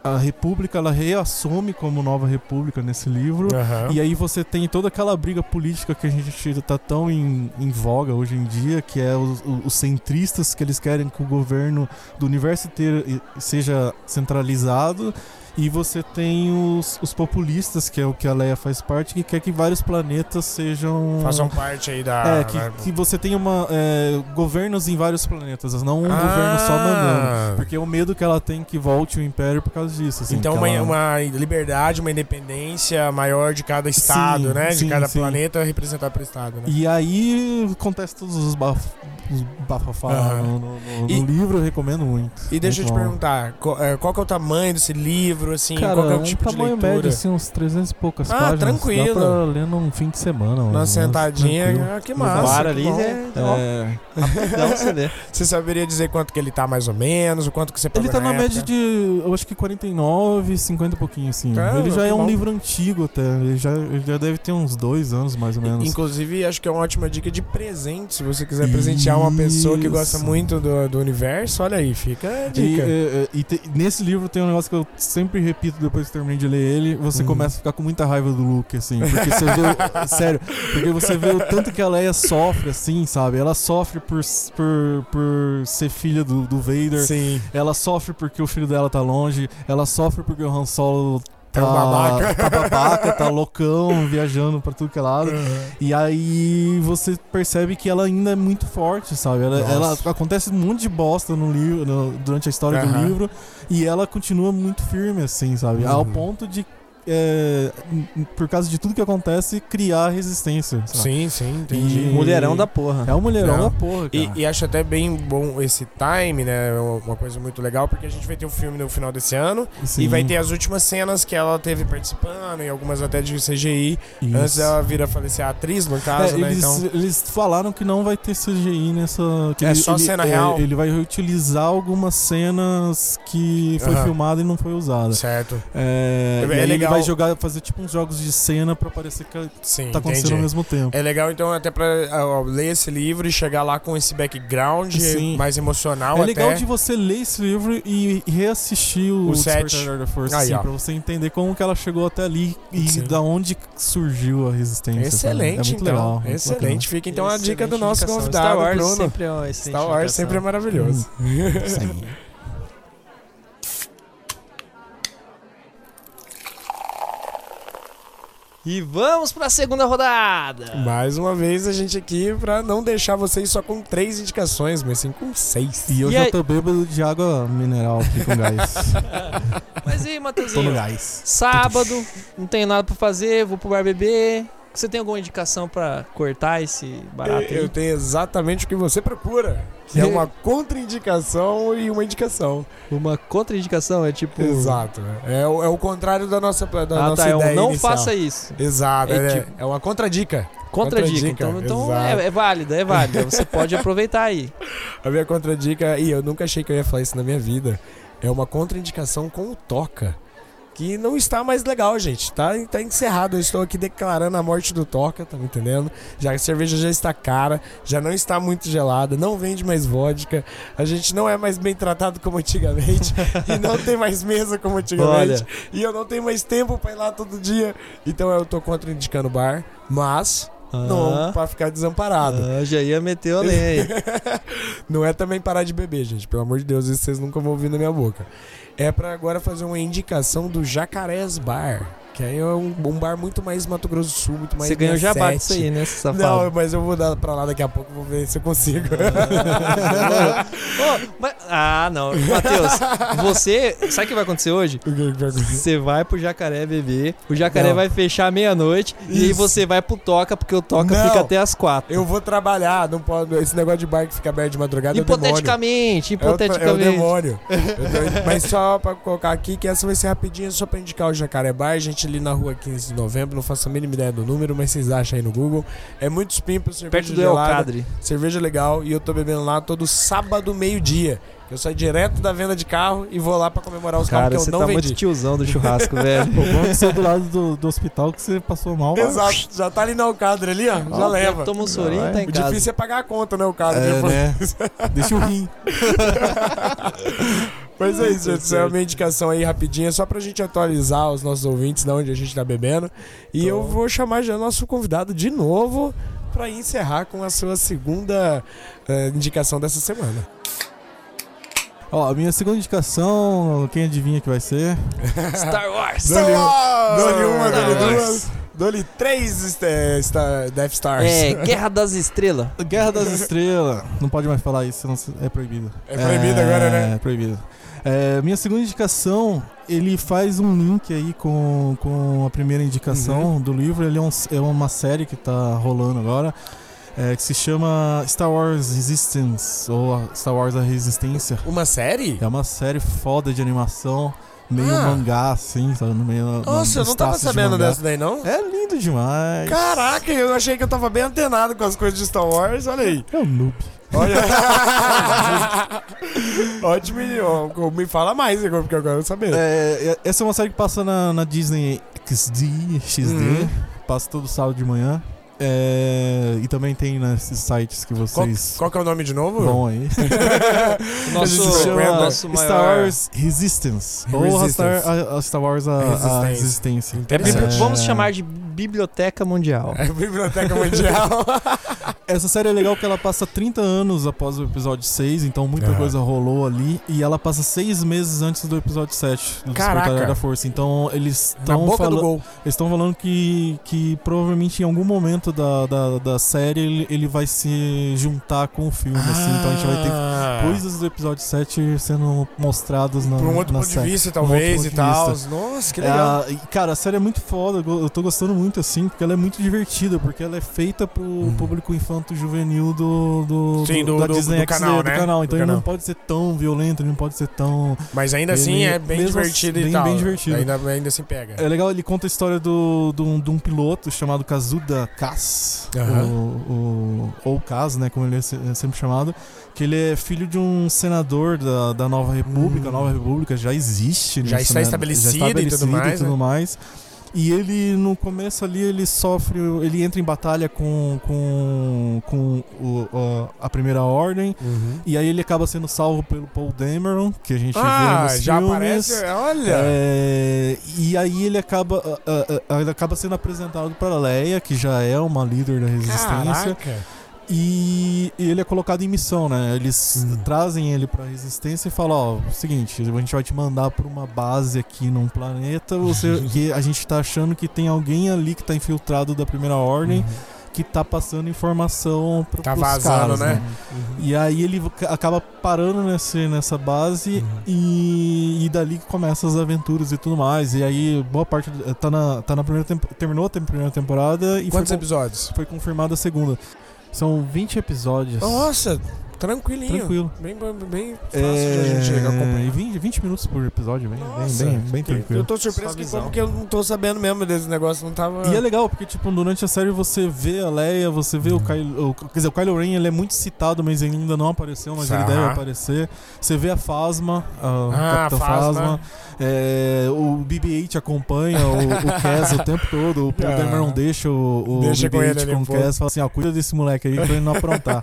Speaker 3: a República ela reassume como nova República nesse livro.
Speaker 2: Aham.
Speaker 3: E aí você tem toda aquela briga política que a gente tá tão em, em voga hoje em dia, que é os, os centristas que eles querem que o governo do universo inteiro e- seja centralizado. E você tem os, os populistas, que é o que a Leia faz parte, que quer que vários planetas sejam.
Speaker 2: Façam Ah, parte aí da.
Speaker 3: um É, que,
Speaker 2: da-
Speaker 3: que você tem uma, é, governos em vários planetas, não um governo só mandando.
Speaker 2: Ah.
Speaker 3: Porque é o medo que ela tem que volte o império por causa disso. assim,
Speaker 2: então,
Speaker 3: que
Speaker 2: uma,
Speaker 3: ela-
Speaker 2: uma liberdade, uma independência maior de cada estado,
Speaker 3: Sim,
Speaker 2: né? de
Speaker 3: sim,
Speaker 2: cada
Speaker 3: sim.
Speaker 2: planeta representado por estado, né?
Speaker 3: E aí acontece todos os, baf... os bafafá
Speaker 2: Aham.
Speaker 3: no, no- no- no
Speaker 2: E-
Speaker 3: livro, eu recomendo muito.
Speaker 2: E deixa eu te
Speaker 3: Muito bom.
Speaker 2: perguntar, qual, é, qual que é o tamanho desse livro, assim,
Speaker 3: Cara,
Speaker 2: qual que é o
Speaker 3: um
Speaker 2: tipo de
Speaker 3: tamanho
Speaker 2: leitura?
Speaker 3: médio, assim, uns 300 e poucas
Speaker 2: Ah,
Speaker 3: páginas.
Speaker 2: tranquilo.
Speaker 3: Dá pra ler num fim de semana. mais
Speaker 2: Na
Speaker 3: ou menos, Uhum, tranquilo.
Speaker 2: sentadinha, ah, que massa.
Speaker 1: no bar
Speaker 2: que
Speaker 1: ali,
Speaker 2: bom.
Speaker 1: é, ó,
Speaker 3: É,
Speaker 1: dá pra você ver.
Speaker 2: Você saberia dizer quanto que ele tá mais ou menos, o quanto que você
Speaker 3: ele
Speaker 2: pagou
Speaker 3: tá na
Speaker 2: época?
Speaker 3: média de, eu acho que 49, 50 e pouquinho, assim.
Speaker 2: Cara,
Speaker 3: ele já
Speaker 2: que
Speaker 3: é um
Speaker 2: bom.
Speaker 3: livro antigo até, ele já, ele já deve ter uns dois anos, mais ou menos.
Speaker 2: Inclusive, acho que é uma ótima dica de presente, se você quiser presentear pegar uma pessoa que gosta
Speaker 3: Isso.
Speaker 2: muito do, do universo, olha aí, fica a
Speaker 3: E,
Speaker 2: dica.
Speaker 3: é, é, e te- nesse livro tem um negócio que eu sempre repito depois que terminei de ler ele. Você
Speaker 2: Hum.
Speaker 3: começa a ficar com muita raiva do Luke, assim. Porque você vê. o- sério, porque você vê o tanto que a Leia sofre, assim, sabe? Ela sofre por, s- por, por ser filha do, do Vader.
Speaker 2: Sim.
Speaker 3: Ela sofre porque o filho dela tá longe. Ela sofre porque o Han Solo tá,
Speaker 2: É um babaca.
Speaker 3: tá babaca, tá loucão, viajando pra tudo que é lado. E aí você percebe que ela ainda é muito forte, sabe? Ela,
Speaker 2: Nossa.
Speaker 3: ela- acontece um monte de bosta no livro, no- durante a história do
Speaker 2: Aham.
Speaker 3: livro, e ela continua muito firme, assim, sabe? Ao
Speaker 2: Uhum.
Speaker 3: ponto de, é, n- n- por causa de tudo que acontece, criar resistência. Sabe?
Speaker 2: Sim, sim, entendi.
Speaker 3: E-
Speaker 1: Mulherão da porra.
Speaker 3: É um mulherão
Speaker 2: Não.
Speaker 3: da porra, cara.
Speaker 2: E, e acho até bem bom esse time, né? Uma coisa muito legal, porque a gente vai ter o filme no final desse ano e
Speaker 3: Sim,
Speaker 2: vai ter as últimas cenas que ela teve participando e algumas até de CGI.
Speaker 3: isso.
Speaker 2: Antes dela vir a falecer a atriz, no
Speaker 3: É,
Speaker 2: caso, né?
Speaker 3: eles,
Speaker 2: Então,
Speaker 3: eles falaram que não vai ter CGI nessa. que
Speaker 2: É só cena real?
Speaker 3: Ele vai reutilizar algumas cenas que foi
Speaker 2: Aham.
Speaker 3: filmada e não foi usada.
Speaker 2: certo.
Speaker 3: É,
Speaker 2: É
Speaker 3: e aí ele
Speaker 2: legal.
Speaker 3: vai jogar, fazer tipo uns jogos de cena pra parecer que
Speaker 2: Sim,
Speaker 3: tá acontecendo
Speaker 2: entendi.
Speaker 3: ao mesmo tempo.
Speaker 2: É legal, então, até pra ó, ler esse livro e chegar lá com esse background
Speaker 3: Sim.
Speaker 2: mais emocional
Speaker 3: É legal
Speaker 2: até.
Speaker 3: de você ler esse livro e reassistir o,
Speaker 2: O set.
Speaker 3: Despertar da Força,
Speaker 2: Aí,
Speaker 3: assim,
Speaker 2: ó.
Speaker 3: pra você entender como que ela chegou até ali e
Speaker 2: Sim.
Speaker 3: da onde surgiu a resistência. sabe?
Speaker 2: Excelente,
Speaker 3: É muito
Speaker 2: então.
Speaker 3: legal. muito
Speaker 2: Excelente. Fica então a dica do
Speaker 1: Excelente
Speaker 2: nosso
Speaker 1: indicação.
Speaker 2: convidado,
Speaker 1: Star Wars
Speaker 2: Bruno.
Speaker 1: sempre é uma excelente
Speaker 2: Star Wars sempre é
Speaker 1: indicação.
Speaker 2: maravilhoso.
Speaker 1: Hum.
Speaker 3: bacana. Sim.
Speaker 1: E vamos pra segunda rodada.
Speaker 2: Mais uma vez a gente aqui pra não deixar vocês só com três indicações, mas sim com seis.
Speaker 3: E eu
Speaker 1: E
Speaker 3: já
Speaker 1: aí-
Speaker 3: tô bêbado de água mineral aqui com gás.
Speaker 1: Mas e aí,
Speaker 3: tô no
Speaker 1: Matheusinho?
Speaker 3: gás.
Speaker 1: Sábado, não tenho nada pra fazer, vou pro bar beber. Você tem alguma indicação pra cortar esse barato aí?
Speaker 2: Eu tenho exatamente o que você procura, que é uma contraindicação e uma indicação.
Speaker 1: Uma contraindicação é tipo.
Speaker 2: Exato. É o, é o contrário da nossa, da
Speaker 1: Ah,
Speaker 2: nossa
Speaker 1: tá. É
Speaker 2: ideia
Speaker 1: um não
Speaker 2: inicial.
Speaker 1: faça isso.
Speaker 2: Exato.
Speaker 1: É
Speaker 2: É,
Speaker 1: tipo-
Speaker 2: é uma contradica.
Speaker 1: Contradica.
Speaker 2: Contradica,
Speaker 1: Então, então
Speaker 2: exato.
Speaker 1: é, é válida, é válida. Você pode aproveitar aí.
Speaker 2: A minha contradica, e eu nunca achei que eu ia falar isso na minha vida, é uma contraindicação com o Toca. Que não está mais legal, gente. Tá, tá encerrado. Eu estou aqui declarando a morte do Toca, tá me entendendo? Já a cerveja já está cara, já não está muito gelada, não vende mais vodka, a gente não é mais bem tratado como antigamente, e não tem mais mesa como antigamente,
Speaker 1: Olha.
Speaker 2: e eu não tenho mais tempo pra ir lá todo dia. Então eu tô contraindicando o bar, mas não pra ficar desamparado.
Speaker 1: Ah, já ia meter o lenha aí.
Speaker 2: Não é também parar de beber, gente. Pelo amor de Deus, isso vocês nunca vão ouvir na minha boca. É pra agora fazer uma indicação do Jacarés Bar. Que aí é um, um bar muito mais Mato Grosso do Sul, muito mais.
Speaker 1: Você ganhou jabá
Speaker 2: 67.
Speaker 1: disso aí, né, seu safado?
Speaker 2: é Não, mas eu vou dar pra lá daqui a pouco, vou ver se eu consigo.
Speaker 1: Ô, mas- ah, não. Matheus, você. Sabe o que vai acontecer hoje?
Speaker 2: O que que vai acontecer?
Speaker 1: Você vai pro jacaré beber, o jacaré
Speaker 2: Não.
Speaker 1: vai fechar meia-noite e aí
Speaker 2: Isso.
Speaker 1: você vai pro Toca, porque o Toca
Speaker 2: Não.
Speaker 1: fica até as quatro.
Speaker 2: eu vou trabalhar, não pode. Esse negócio de bar que fica aberto de madrugada é o demônio.
Speaker 1: hipoteticamente,
Speaker 2: É o, é o
Speaker 1: hipoteticamente.
Speaker 2: demônio. Eu tô- Mas só pra colocar aqui que essa vai ser rapidinha, só pra indicar o Jacaré Bar. A gente ali na rua 15 de novembro, não faço a mínima ideia do número, mas vocês acham aí no Google. É muitos pimpos, cerveja
Speaker 1: Perto do El
Speaker 2: gelada,
Speaker 1: Cadre.
Speaker 2: cerveja legal. E eu tô bebendo lá todo sábado, meio-dia. Eu saio direto da venda de carro e vou lá pra comemorar os
Speaker 1: Cara,
Speaker 2: carros que
Speaker 1: você
Speaker 2: eu não
Speaker 1: tá muito
Speaker 2: vendi.
Speaker 1: tiozão do churrasco, velho.
Speaker 3: O bom é que você é do lado do, do hospital que você passou mal. lá.
Speaker 2: Exato, já tá ali na Alcadre ali, ó, já
Speaker 1: Ó,
Speaker 2: leva.
Speaker 1: Toma um sorinho e tá em
Speaker 2: O
Speaker 1: casa.
Speaker 2: difícil é pagar a conta, né, o cara?
Speaker 3: É,
Speaker 2: Depois-
Speaker 3: né? Deixa eu rir.
Speaker 2: Mas é isso, essa é uma indicação aí rapidinha, só pra gente atualizar os nossos ouvintes de onde a gente tá bebendo. E eu vou chamar já nosso convidado de novo pra encerrar com a sua segunda eh, indicação dessa semana.
Speaker 3: Ó, a minha segunda indicação, quem adivinha que vai ser?
Speaker 2: é
Speaker 1: Star Wars.
Speaker 2: Dou-lhe um- dou-lhe uma,
Speaker 1: Star
Speaker 2: dou-lhe
Speaker 1: Wars.
Speaker 2: duas, dou-lhe três este- esta- Death Stars.
Speaker 1: É, Guerra das Estrelas.
Speaker 3: Guerra das Estrelas. Não pode mais falar isso, senão é proibido.
Speaker 2: É proibido agora, né?
Speaker 3: É proibido. É, minha segunda indicação, ele faz um link aí com, com a primeira
Speaker 2: Uhum.
Speaker 3: indicação do livro. Ele é, um- é uma série que tá rolando agora, é, que se chama Star Wars Resistance, ou a- Star Wars A Resistência.
Speaker 2: Uma série?
Speaker 3: É uma série foda de animação, meio
Speaker 2: Ah.
Speaker 3: mangá, assim, sabe? No meio,
Speaker 2: Nossa,
Speaker 3: no-
Speaker 2: eu não tava
Speaker 3: traços de
Speaker 2: sabendo
Speaker 3: mangá.
Speaker 2: dessa daí, não?
Speaker 3: É lindo demais.
Speaker 2: Caraca, eu achei que eu tava bem antenado com as coisas de Star Wars, olha aí.
Speaker 3: É um noob.
Speaker 2: Olha. Ótimo, ó, me fala mais agora, porque agora eu quero saber.
Speaker 3: É, é- essa é uma série que passa na, na Disney XD, XD.
Speaker 2: Uhum.
Speaker 3: Passa todo sábado de manhã. É, e também tem nesses sites que
Speaker 2: Qual,
Speaker 3: vocês
Speaker 2: qual que é o nome de novo?
Speaker 3: vão aí.
Speaker 1: O
Speaker 2: A
Speaker 1: Nosso,
Speaker 2: gente chama
Speaker 1: nosso maior...
Speaker 3: Star Wars Resistance. Ou a Star, a- a Star Wars a a
Speaker 2: Resistência.
Speaker 3: Resistência.
Speaker 1: É bibli-
Speaker 2: Interessante.
Speaker 1: Vamos chamar de Biblioteca Mundial.
Speaker 2: É a Biblioteca Mundial.
Speaker 3: Essa série é legal que ela passa 30 anos após o episódio 6, então muita
Speaker 2: Aham.
Speaker 3: coisa rolou ali. E ela passa 6 meses antes do episódio 7 do
Speaker 2: Caraca.
Speaker 3: Despertar da Força. Então eles
Speaker 2: Na
Speaker 3: estão
Speaker 2: boca do
Speaker 3: falando.
Speaker 2: gol.
Speaker 3: Eles estão falando que, que provavelmente em algum momento da, da, da série ele, ele vai se juntar com o filme, assim. Então a gente vai ter
Speaker 2: ter
Speaker 3: coisas do episódio 7 sendo mostradas na,
Speaker 2: Por Ah. um outro
Speaker 3: na
Speaker 2: ponto de
Speaker 3: série.
Speaker 2: vista,
Speaker 3: é. outro
Speaker 2: talvez,
Speaker 3: ponto
Speaker 2: e
Speaker 3: de
Speaker 2: tal. Nossa, que legal.
Speaker 3: É, e, cara, a série é muito foda, eu go- eu tô gostando muito, assim, porque ela é muito divertida, porque ela é feita pro
Speaker 2: Uhum.
Speaker 3: público infanto-juvenil do, do,
Speaker 2: Sim, do-
Speaker 3: da
Speaker 2: do-
Speaker 3: Disney
Speaker 2: do
Speaker 3: XD,
Speaker 2: canal, né?
Speaker 3: do canal. Então
Speaker 2: Do
Speaker 3: ele não
Speaker 2: canal.
Speaker 3: pode ser tão violento, ele não pode ser tão...
Speaker 2: Mas ainda assim
Speaker 3: Ele-
Speaker 2: é bem
Speaker 3: mesmo
Speaker 2: divertido
Speaker 3: assim,
Speaker 2: e
Speaker 3: bem-
Speaker 2: tal.
Speaker 3: bem divertido.
Speaker 2: Ainda, ainda assim pega.
Speaker 3: É legal, ele conta a história do, do, um- de um piloto chamado Kazuda Kass,
Speaker 2: Aham.
Speaker 3: o- o- ou Kaz, né, como ele é se- é sempre chamado, que ele é filho de um senador da, da Nova República,
Speaker 2: Hum.
Speaker 3: a Nova República já existe,
Speaker 2: Já
Speaker 3: nisso,
Speaker 2: está
Speaker 3: né?
Speaker 2: estabelecida e tudo mais, né?
Speaker 3: mais. E ele, no começo ali, ele sofre, ele entra em batalha com, com, com o- o- a Primeira Ordem,
Speaker 2: Uhum.
Speaker 3: e aí ele acaba sendo salvo pelo Paul Dameron, que a gente vê
Speaker 2: Ah,
Speaker 3: nos
Speaker 2: já
Speaker 3: filmes.
Speaker 2: aparece. Olha.
Speaker 3: É, e aí ele acaba, ah, ah, ah, ele acaba sendo apresentado para Leia, que já é uma líder da resistência,
Speaker 2: Caraca.
Speaker 3: e, e ele é colocado em missão, né? Eles
Speaker 2: Hum.
Speaker 3: trazem ele para resistência e falam, ó, seguinte, a gente vai te mandar para uma base aqui num planeta, você que a gente tá achando que tem alguém ali que tá infiltrado da primeira
Speaker 2: Uhum.
Speaker 3: ordem, que tá passando informação para
Speaker 2: Hum. Tá
Speaker 3: pros
Speaker 2: vazando,
Speaker 3: caras,
Speaker 2: né?
Speaker 1: Uhum.
Speaker 3: E aí ele ca- acaba parando nesse, nessa base
Speaker 2: Uhum.
Speaker 3: e, e dali que começam as aventuras e tudo mais. E aí, boa parte. eh, Tá na, tá na primeira tempo- terminou a tem- primeira temporada e foi,
Speaker 2: Quantos
Speaker 3: con-
Speaker 2: episódios?
Speaker 3: foi confirmada a segunda. São 20 episódios.
Speaker 2: Nossa, tranquilinho.
Speaker 3: Tranquilo.
Speaker 2: Bem, bem, bem fácil de a
Speaker 3: É,
Speaker 2: gente
Speaker 3: e
Speaker 2: acompanhar.
Speaker 3: 20, 20 minutos por episódio, bem, bem,
Speaker 2: Nossa,
Speaker 3: bem, bem tranquilo.
Speaker 2: Eu tô surpreso que,
Speaker 1: Suavizão.
Speaker 2: porque eu não tô sabendo mesmo desse negócio, não tava.
Speaker 3: E é legal, porque, tipo, durante a série você vê a Leia, você
Speaker 2: Uhum.
Speaker 3: vê o Kylo... o- Quer dizer, o Kylo Ren, ele é muito citado, mas ele ainda não apareceu, mas ele
Speaker 2: Aham.
Speaker 3: deve aparecer. Você vê a Phasma,
Speaker 2: Ah,
Speaker 3: a Capitã
Speaker 2: Phasma.
Speaker 3: Phasma. É, o BB-8 acompanha o, o Cass o tempo todo. O Paul
Speaker 2: Ah.
Speaker 3: Dameron deixa o, o
Speaker 2: Deixa com ele
Speaker 3: BB-8
Speaker 2: ali
Speaker 3: com
Speaker 2: um
Speaker 3: o
Speaker 2: pouco.
Speaker 3: Cass. Fala assim, ó, cuida desse moleque aí pra ele não aprontar.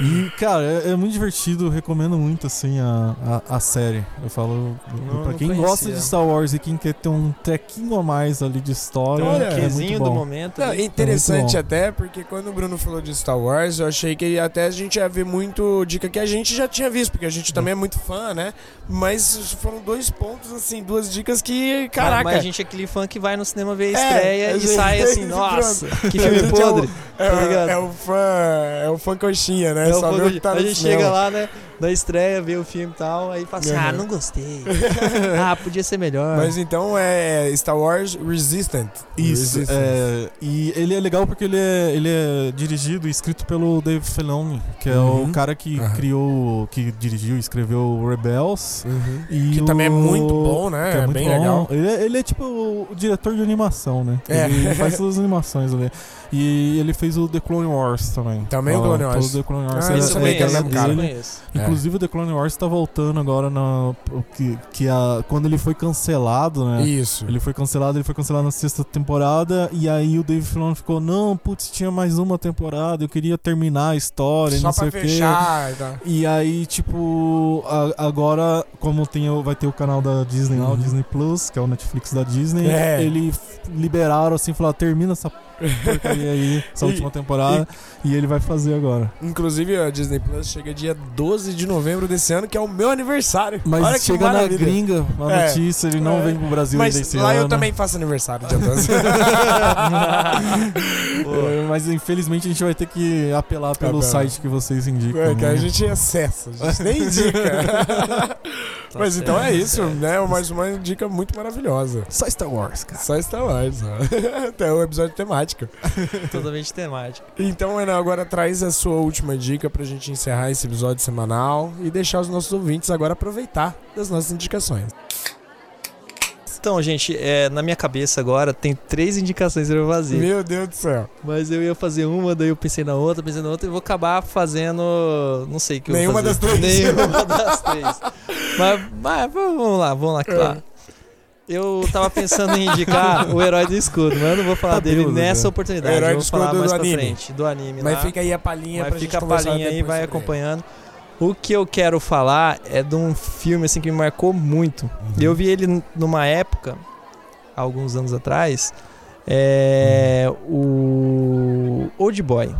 Speaker 3: e, cara, é, é muito divertido. Recomendo muito, assim, a, a, a série. Eu falo...
Speaker 1: Não,
Speaker 3: pra
Speaker 1: não
Speaker 3: quem
Speaker 1: conhecia.
Speaker 3: gosta de Star Wars e quem quer ter um trequinho a mais ali de
Speaker 1: Então,
Speaker 3: história...
Speaker 2: Olha,
Speaker 3: é muito
Speaker 1: Quezinho um do
Speaker 3: Tá bom.
Speaker 1: momento.
Speaker 2: Não,
Speaker 1: ali.
Speaker 2: é interessante
Speaker 3: bom.
Speaker 2: até, porque quando o Bruno falou de Star Wars, eu achei que até a gente ia ver muito dica que a gente já tinha visto, porque a gente também é muito fã, né? Mas foram dois pontos, assim, duas dicas que, caraca.
Speaker 1: Mas a gente é aquele fã que vai no cinema ver a
Speaker 2: É,
Speaker 1: estreia
Speaker 2: a
Speaker 1: e
Speaker 2: gente-
Speaker 1: sai assim,
Speaker 2: pronto.
Speaker 1: nossa, que
Speaker 2: A
Speaker 1: filme
Speaker 2: gente é o-
Speaker 1: podre.
Speaker 2: é,
Speaker 1: tá ligado?
Speaker 2: é o fã, é o fã coxinha, né?
Speaker 1: É o
Speaker 2: Só
Speaker 1: fã
Speaker 2: vê o
Speaker 1: que-
Speaker 2: que tá
Speaker 1: a
Speaker 2: no
Speaker 1: gente
Speaker 2: cinema.
Speaker 1: chega lá, né, na estreia, vê o filme e tal, aí fala assim,
Speaker 2: Aham.
Speaker 1: ah, não gostei. ah, podia ser melhor.
Speaker 2: Mas então é Star Wars Resistant.
Speaker 3: Isso,
Speaker 2: Resistance.
Speaker 3: é, e ele é legal porque ele é, ele é dirigido e escrito pelo Dave Filoni, que é
Speaker 2: Uhum.
Speaker 3: o cara que
Speaker 2: Aham.
Speaker 3: criou, que dirigiu e escreveu Rebels.
Speaker 2: Uhum.
Speaker 3: E
Speaker 2: Que também é
Speaker 3: o-
Speaker 2: muito bom, né?
Speaker 3: que
Speaker 2: é
Speaker 3: muito
Speaker 2: bem
Speaker 3: bom.
Speaker 2: legal.
Speaker 3: Ele é, ele é tipo o, o diretor de animação, né?
Speaker 2: É.
Speaker 3: Ele faz todas as animações ali. E ele fez o The Clone Wars também.
Speaker 2: Também o
Speaker 3: Ah,
Speaker 2: Clone Wars.
Speaker 3: todo o The Clone Wars.
Speaker 2: Ah,
Speaker 3: é-
Speaker 1: isso
Speaker 2: isso
Speaker 1: eu
Speaker 2: também
Speaker 3: é-
Speaker 2: que é o
Speaker 1: conheço,
Speaker 2: mesmo
Speaker 1: isso
Speaker 2: cara.
Speaker 1: eu
Speaker 3: dele.
Speaker 1: conheço.
Speaker 2: É.
Speaker 3: Inclusive o The Clone Wars tá voltando agora na o que, que a, quando ele foi cancelado, né?
Speaker 2: É. Isso.
Speaker 3: Ele foi cancelado, ele foi cancelado na sexta temporada e aí o Dave Filoni ficou, não, putz, tinha mais uma temporada, eu queria terminar a história, e
Speaker 2: Só
Speaker 3: não sei
Speaker 2: pra
Speaker 3: o quê.
Speaker 2: fechar e tal.
Speaker 3: E aí, tipo, a- agora, como tem, o- vai ter o canal da Disney lá,
Speaker 2: Uhum.
Speaker 3: o Disney Plus, que é o Netflix da Disney,
Speaker 2: É.
Speaker 3: ele f- liberaram assim, falaram, termina essa porcaria aí, essa
Speaker 2: E-
Speaker 3: última temporada, e ele vai fazer agora.
Speaker 2: Inclusive, a Disney Plus chega dia 12 de novembro desse ano, que é o meu aniversário.
Speaker 3: Mas
Speaker 2: Olha que
Speaker 3: chega na
Speaker 2: maravilha.
Speaker 3: gringa a
Speaker 2: É.
Speaker 3: notícia, ele não
Speaker 2: É.
Speaker 3: vem pro Brasil
Speaker 2: Mas
Speaker 3: ainda esse
Speaker 2: lá eu
Speaker 3: ano. né?
Speaker 2: também faço aniversário, dia 12.
Speaker 3: É, Mas infelizmente a gente vai ter que apelar pelo
Speaker 2: Apela.
Speaker 3: site que vocês indicam.
Speaker 2: É, que a
Speaker 3: né?
Speaker 2: gente acessa, a gente nem indica. Mas então é isso, né? Mais uma dica muito maravilhosa.
Speaker 3: Tá Só Star Wars, cara.
Speaker 2: Só Star Wars, ó. Até o episódio temático.
Speaker 1: Totalmente temático.
Speaker 2: Então, Renan, agora traz a sua última dica pra gente encerrar esse episódio semanal e deixar os nossos ouvintes agora aproveitar das nossas indicações.
Speaker 1: Então, gente, é, na minha cabeça agora tem três indicações pra eu fazer.
Speaker 2: Meu Deus do céu.
Speaker 1: Mas eu ia fazer uma, daí eu pensei na outra, pensei na outra, e vou acabar fazendo. Não sei o que eu
Speaker 2: Nenhuma
Speaker 1: vou fazer.
Speaker 2: das três. É.
Speaker 1: Nenhuma das três. Mas, mas vamos lá, vamos lá, claro. Eu tava pensando em indicar o herói do escudo, mas eu não vou falar
Speaker 3: Tá
Speaker 1: dele
Speaker 3: bêbado,
Speaker 1: nessa
Speaker 3: já.
Speaker 1: oportunidade.
Speaker 2: O né? herói
Speaker 1: eu
Speaker 2: do
Speaker 1: vou falar
Speaker 2: escudo é
Speaker 1: mais
Speaker 2: do
Speaker 1: pra
Speaker 2: anime.
Speaker 1: frente do anime
Speaker 2: Mas
Speaker 1: lá.
Speaker 2: fica aí a palhinha
Speaker 1: Mas
Speaker 2: pra
Speaker 1: fica
Speaker 2: gente
Speaker 1: a
Speaker 2: conversar
Speaker 1: palhinha aí,
Speaker 2: depois
Speaker 1: vai
Speaker 2: sobre ele.
Speaker 1: acompanhando. O que eu quero falar é de um filme assim que me marcou muito. Eu vi ele n- numa época, há alguns anos atrás, é, o Old Boy.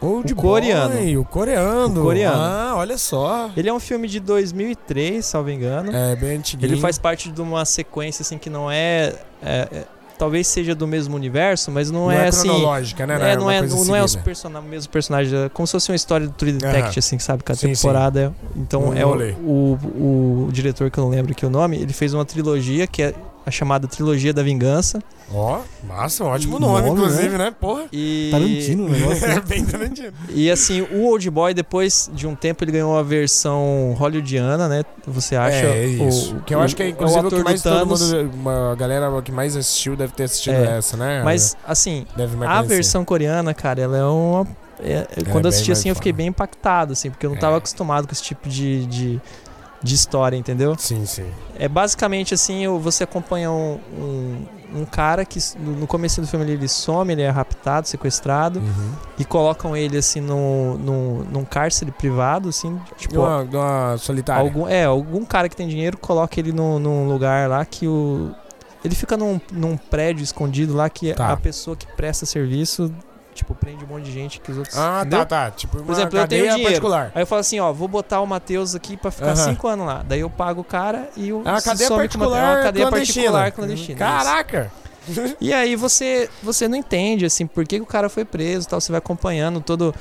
Speaker 2: Old
Speaker 1: O
Speaker 2: Boy,
Speaker 1: coreano.
Speaker 2: o coreano.
Speaker 1: O coreano.
Speaker 2: Ah, olha só.
Speaker 1: Ele é um filme de 2003, salvo engano.
Speaker 2: É bem antiguinho.
Speaker 1: Ele faz parte de uma sequência assim que não é, é, é- talvez seja do mesmo universo, mas não,
Speaker 2: Não
Speaker 1: é,
Speaker 2: é
Speaker 1: assim.
Speaker 2: cronológica, né?
Speaker 1: É, não,
Speaker 2: uma
Speaker 1: é,
Speaker 2: coisa
Speaker 1: não, não é os
Speaker 2: seguida.
Speaker 1: person- o mesmo personagem, é como se fosse uma história do True Detective,
Speaker 2: Aham.
Speaker 1: assim, sabe? Cada
Speaker 2: Sim,
Speaker 1: temporada. Então
Speaker 2: Um
Speaker 1: é o,
Speaker 2: rolê.
Speaker 1: o, o diretor, que eu não lembro aqui o nome, ele fez uma trilogia que é a chamada Trilogia da Vingança.
Speaker 2: Ó, massa, ótimo
Speaker 1: Um
Speaker 3: O
Speaker 2: nome,
Speaker 3: nome,
Speaker 2: inclusive, né? Porra.
Speaker 1: E, Um
Speaker 3: Tarantino né? o negócio.
Speaker 2: É bem Tarantino.
Speaker 1: E assim, o Old Boy, depois de um tempo, ele ganhou a versão hollywoodiana, né? Você acha?
Speaker 2: é, é isso.
Speaker 1: O,
Speaker 2: que eu acho que é,
Speaker 1: o-
Speaker 2: inclusive,
Speaker 1: o
Speaker 2: o,
Speaker 1: ator
Speaker 2: que mais
Speaker 1: do
Speaker 2: todo
Speaker 1: Thanos.
Speaker 2: mundo, uma a galera que mais assistiu deve ter assistido
Speaker 1: É,
Speaker 2: essa, né?
Speaker 1: Mas, assim,
Speaker 2: deve mais
Speaker 1: a
Speaker 2: conhecer.
Speaker 1: versão coreana, cara, ela é uma. é-
Speaker 2: é
Speaker 1: quando eu
Speaker 2: bem
Speaker 1: assisti
Speaker 2: mais
Speaker 1: assim, eu fiquei
Speaker 2: foda.
Speaker 1: bem impactado, assim, porque eu não tava
Speaker 2: É.
Speaker 1: acostumado com esse tipo de, de, de história, entendeu?
Speaker 2: Sim, sim.
Speaker 1: É basicamente assim, o- você acompanha um, um, um cara que s- no, no começo do filme ele, ele some, ele é raptado, sequestrado,
Speaker 2: Uhum.
Speaker 1: e colocam ele assim num, num, num cárcere privado, assim, tipo.
Speaker 2: uma, uma solitária.
Speaker 1: Algum, é, algum cara que tem dinheiro coloca ele num, num lugar lá que o. Ele fica num, num prédio escondido lá que
Speaker 2: Tá.
Speaker 1: a pessoa que presta serviço, tipo, prende um monte de gente que os outros.
Speaker 2: Ah,
Speaker 1: entendeu?
Speaker 2: tá, tá. Tipo, uma
Speaker 1: exemplo, eu tenho
Speaker 2: cadeia
Speaker 1: dinheiro.
Speaker 2: particular.
Speaker 1: Aí eu falo assim, ó, vou botar o Matheus aqui pra ficar
Speaker 2: Aham.
Speaker 1: cinco anos lá. Daí eu pago o cara e o.
Speaker 2: É uma
Speaker 1: se
Speaker 2: cadeia
Speaker 1: some com o Matheus. É
Speaker 2: particular
Speaker 1: uma cadeia
Speaker 2: clandestina.
Speaker 1: particular clandestina. é isso.
Speaker 2: Caraca!
Speaker 1: E aí você você não entende assim por que, que o cara foi preso, e tal, você vai acompanhando todo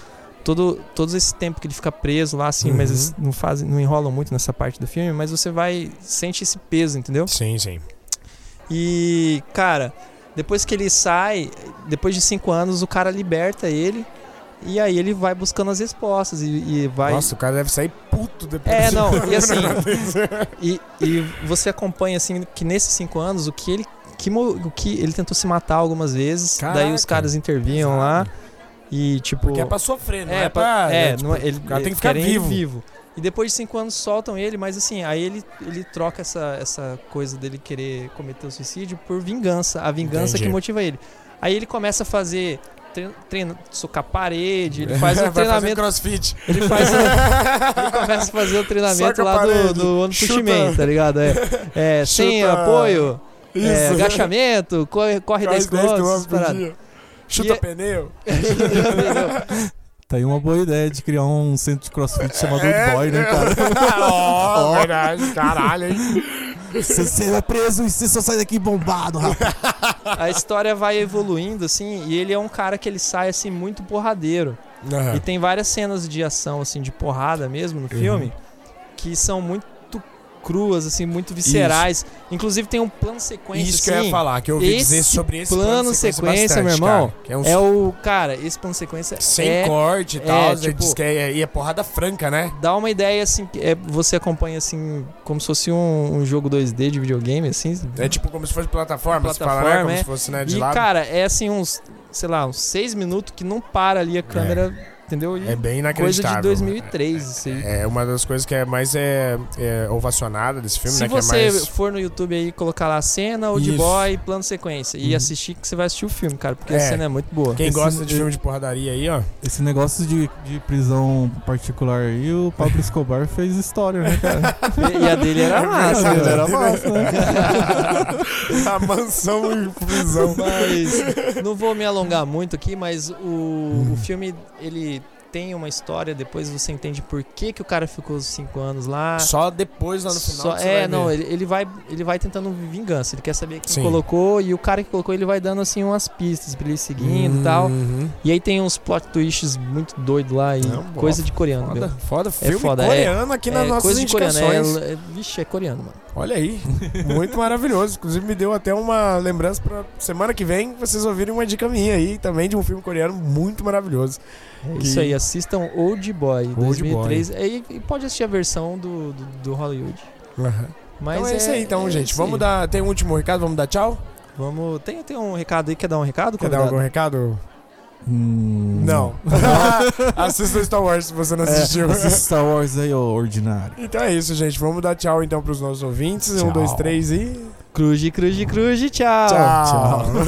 Speaker 1: todo todo esse tempo que ele fica preso lá assim, mas
Speaker 2: Uhum.
Speaker 1: eles não fazem, não enrolam muito nessa parte do filme, mas você vai sente esse peso, entendeu?
Speaker 2: Sim, sim.
Speaker 1: E cara, depois que ele sai, depois de cinco anos o cara liberta ele e aí ele vai buscando as respostas e, e vai
Speaker 2: Nossa, o cara deve sair puto depois.
Speaker 1: É, não, e assim, e, e você acompanha assim que nesses cinco anos o que ele que, mo- o que ele tentou se matar algumas vezes, daí os
Speaker 2: Caraca.
Speaker 1: caras intervinham lá. E tipo.
Speaker 2: Porque é pra sofrer, não
Speaker 1: é,
Speaker 2: é,
Speaker 1: pra-
Speaker 2: pra...
Speaker 1: é,
Speaker 2: tipo,
Speaker 1: não é- ele,
Speaker 2: o cara
Speaker 1: ele-
Speaker 2: tem que ficar
Speaker 1: querem ele
Speaker 2: vivo.
Speaker 1: E depois de cinco anos soltam ele, mas assim, aí ele, ele troca essa, essa coisa dele querer cometer o suicídio por vingança. A vingança
Speaker 2: Entendi.
Speaker 1: que motiva ele. Aí ele começa a fazer. Treino, treino, socar parede, ele faz
Speaker 2: Vai
Speaker 1: o
Speaker 2: fazer
Speaker 1: treinamento.
Speaker 2: crossfit.
Speaker 1: Ele faz o- ele começa a fazer o treinamento
Speaker 2: Soca a
Speaker 1: lá do,
Speaker 2: parede,
Speaker 1: do One Punch
Speaker 2: chuta.
Speaker 1: Man, tá ligado? É, é, sem
Speaker 2: Chuta.
Speaker 1: apoio,
Speaker 2: Isso.
Speaker 1: é, agachamento, corre, corre 10 quilômetros, essas paradas.
Speaker 2: dia. Chuta
Speaker 1: E- é
Speaker 2: pneu.
Speaker 3: Tá aí uma boa ideia de criar um centro de crossfit chamado Old Boy, né, cara?
Speaker 2: É. Ó, verdade. Caralho, hein?
Speaker 3: Você, você é preso e você só sai daqui bombado, rapaz.
Speaker 1: a história vai evoluindo, assim, e ele é um cara que ele sai, assim, muito porradeiro.
Speaker 2: É.
Speaker 1: E tem várias cenas de ação, assim, de porrada mesmo
Speaker 2: Uhum.
Speaker 1: no filme, que são muito cruas, assim, muito viscerais. Inclusive tem um plano sequência,
Speaker 2: Isso que eu
Speaker 1: assim,
Speaker 2: ia falar, que eu ouvi dizer
Speaker 1: esse
Speaker 2: sobre esse
Speaker 1: plano sequência, meu irmão,
Speaker 2: cara, que é um
Speaker 1: É o... Cara, esse plano sequência
Speaker 2: sem
Speaker 1: é...
Speaker 2: corte e
Speaker 1: é,
Speaker 2: tal,
Speaker 1: tipo-
Speaker 2: diz que é, e é porrada franca, né?
Speaker 1: Dá uma ideia, assim, que é, você acompanha, assim, como se fosse um, um jogo 2D de videogame, assim.
Speaker 2: É tipo como se fosse plataforma, se fala,
Speaker 1: Plataforma,
Speaker 2: né? Como
Speaker 1: é.
Speaker 2: se fosse, né, de
Speaker 1: E,
Speaker 2: lado.
Speaker 1: cara, é assim uns, sei lá, uns seis minutos que não para ali a câmera, entendeu? E
Speaker 2: é bem
Speaker 1: coisa
Speaker 2: inacreditável.
Speaker 1: de 2003, isso aí.
Speaker 2: É uma das coisas que é mais é, é, ovacionada desse filme,
Speaker 1: Se
Speaker 2: né?
Speaker 1: você
Speaker 2: que é mais...
Speaker 1: for no YouTube aí colocar lá cena, Old
Speaker 2: Isso.
Speaker 1: Boy, plano sequência e
Speaker 3: Uhum.
Speaker 1: assistir que você vai assistir o filme, cara, porque a
Speaker 2: É.
Speaker 1: cena é muito boa.
Speaker 2: Quem
Speaker 3: Esse-
Speaker 2: gosta de filme de porradaria aí, ó.
Speaker 3: Esse negócio de, de prisão particular aí, o Pablo Escobar fez história, né, cara?
Speaker 1: E, e a dele
Speaker 2: É
Speaker 1: era massa,
Speaker 3: Ele
Speaker 1: né?
Speaker 3: era massa, né?
Speaker 2: A mansão em prisão.
Speaker 1: Mas não vou me alongar muito aqui, mas o,
Speaker 2: Uhum.
Speaker 1: o filme ele tem uma história, depois você entende por que, que o cara ficou os cinco anos lá.
Speaker 2: Só depois lá no final.
Speaker 1: Só-
Speaker 2: que você
Speaker 1: é,
Speaker 2: vai
Speaker 1: não,
Speaker 2: ver.
Speaker 1: ele, ele vai ele vai tentando vingança, ele quer saber quem
Speaker 2: Sim.
Speaker 1: colocou e o cara que colocou ele vai dando assim umas pistas pra ele ir seguindo e tal.
Speaker 2: Uhum.
Speaker 1: E aí tem uns plot twists muito doido lá e
Speaker 2: Não, boa,
Speaker 1: coisa de coreano,
Speaker 2: Foda,
Speaker 1: meu.
Speaker 2: foda. Filme
Speaker 1: foda, é.
Speaker 2: coreano aqui nas
Speaker 1: é,
Speaker 2: nossas
Speaker 1: coisa de coreano,
Speaker 2: indicações.
Speaker 1: é, é- vixe, é coreano, mano.
Speaker 2: Olha aí, muito maravilhoso. Inclusive me deu até uma lembrança pra semana que vem vocês ouvirem uma dica minha aí também de um filme coreano muito maravilhoso.
Speaker 1: É
Speaker 2: Que-
Speaker 1: Isso aí, assistam Old Boy
Speaker 2: Old
Speaker 1: 2003 E, e pode assistir a versão do, do, do Hollywood. Mas
Speaker 2: Então é, isso aí, então,
Speaker 1: é
Speaker 2: gente.
Speaker 1: isso
Speaker 2: Vamos
Speaker 1: aí.
Speaker 2: dar. Tem um último recado? Vamos dar tchau?
Speaker 1: Vamos, tem, tem um recado aí, quer dar um recado?
Speaker 2: Quer dar
Speaker 1: convidado?
Speaker 2: algum recado?
Speaker 3: Hum,
Speaker 2: Não. Assista Star Wars se você não assistiu.
Speaker 3: É, assiste Star Wars aí, ô ordinário.
Speaker 2: Então é isso, gente. Vamos dar tchau então pros nossos ouvintes. Um,
Speaker 3: Tchau.
Speaker 2: dois, três e.
Speaker 1: Cruz, cruz, cruz, tchau.
Speaker 2: Tchau.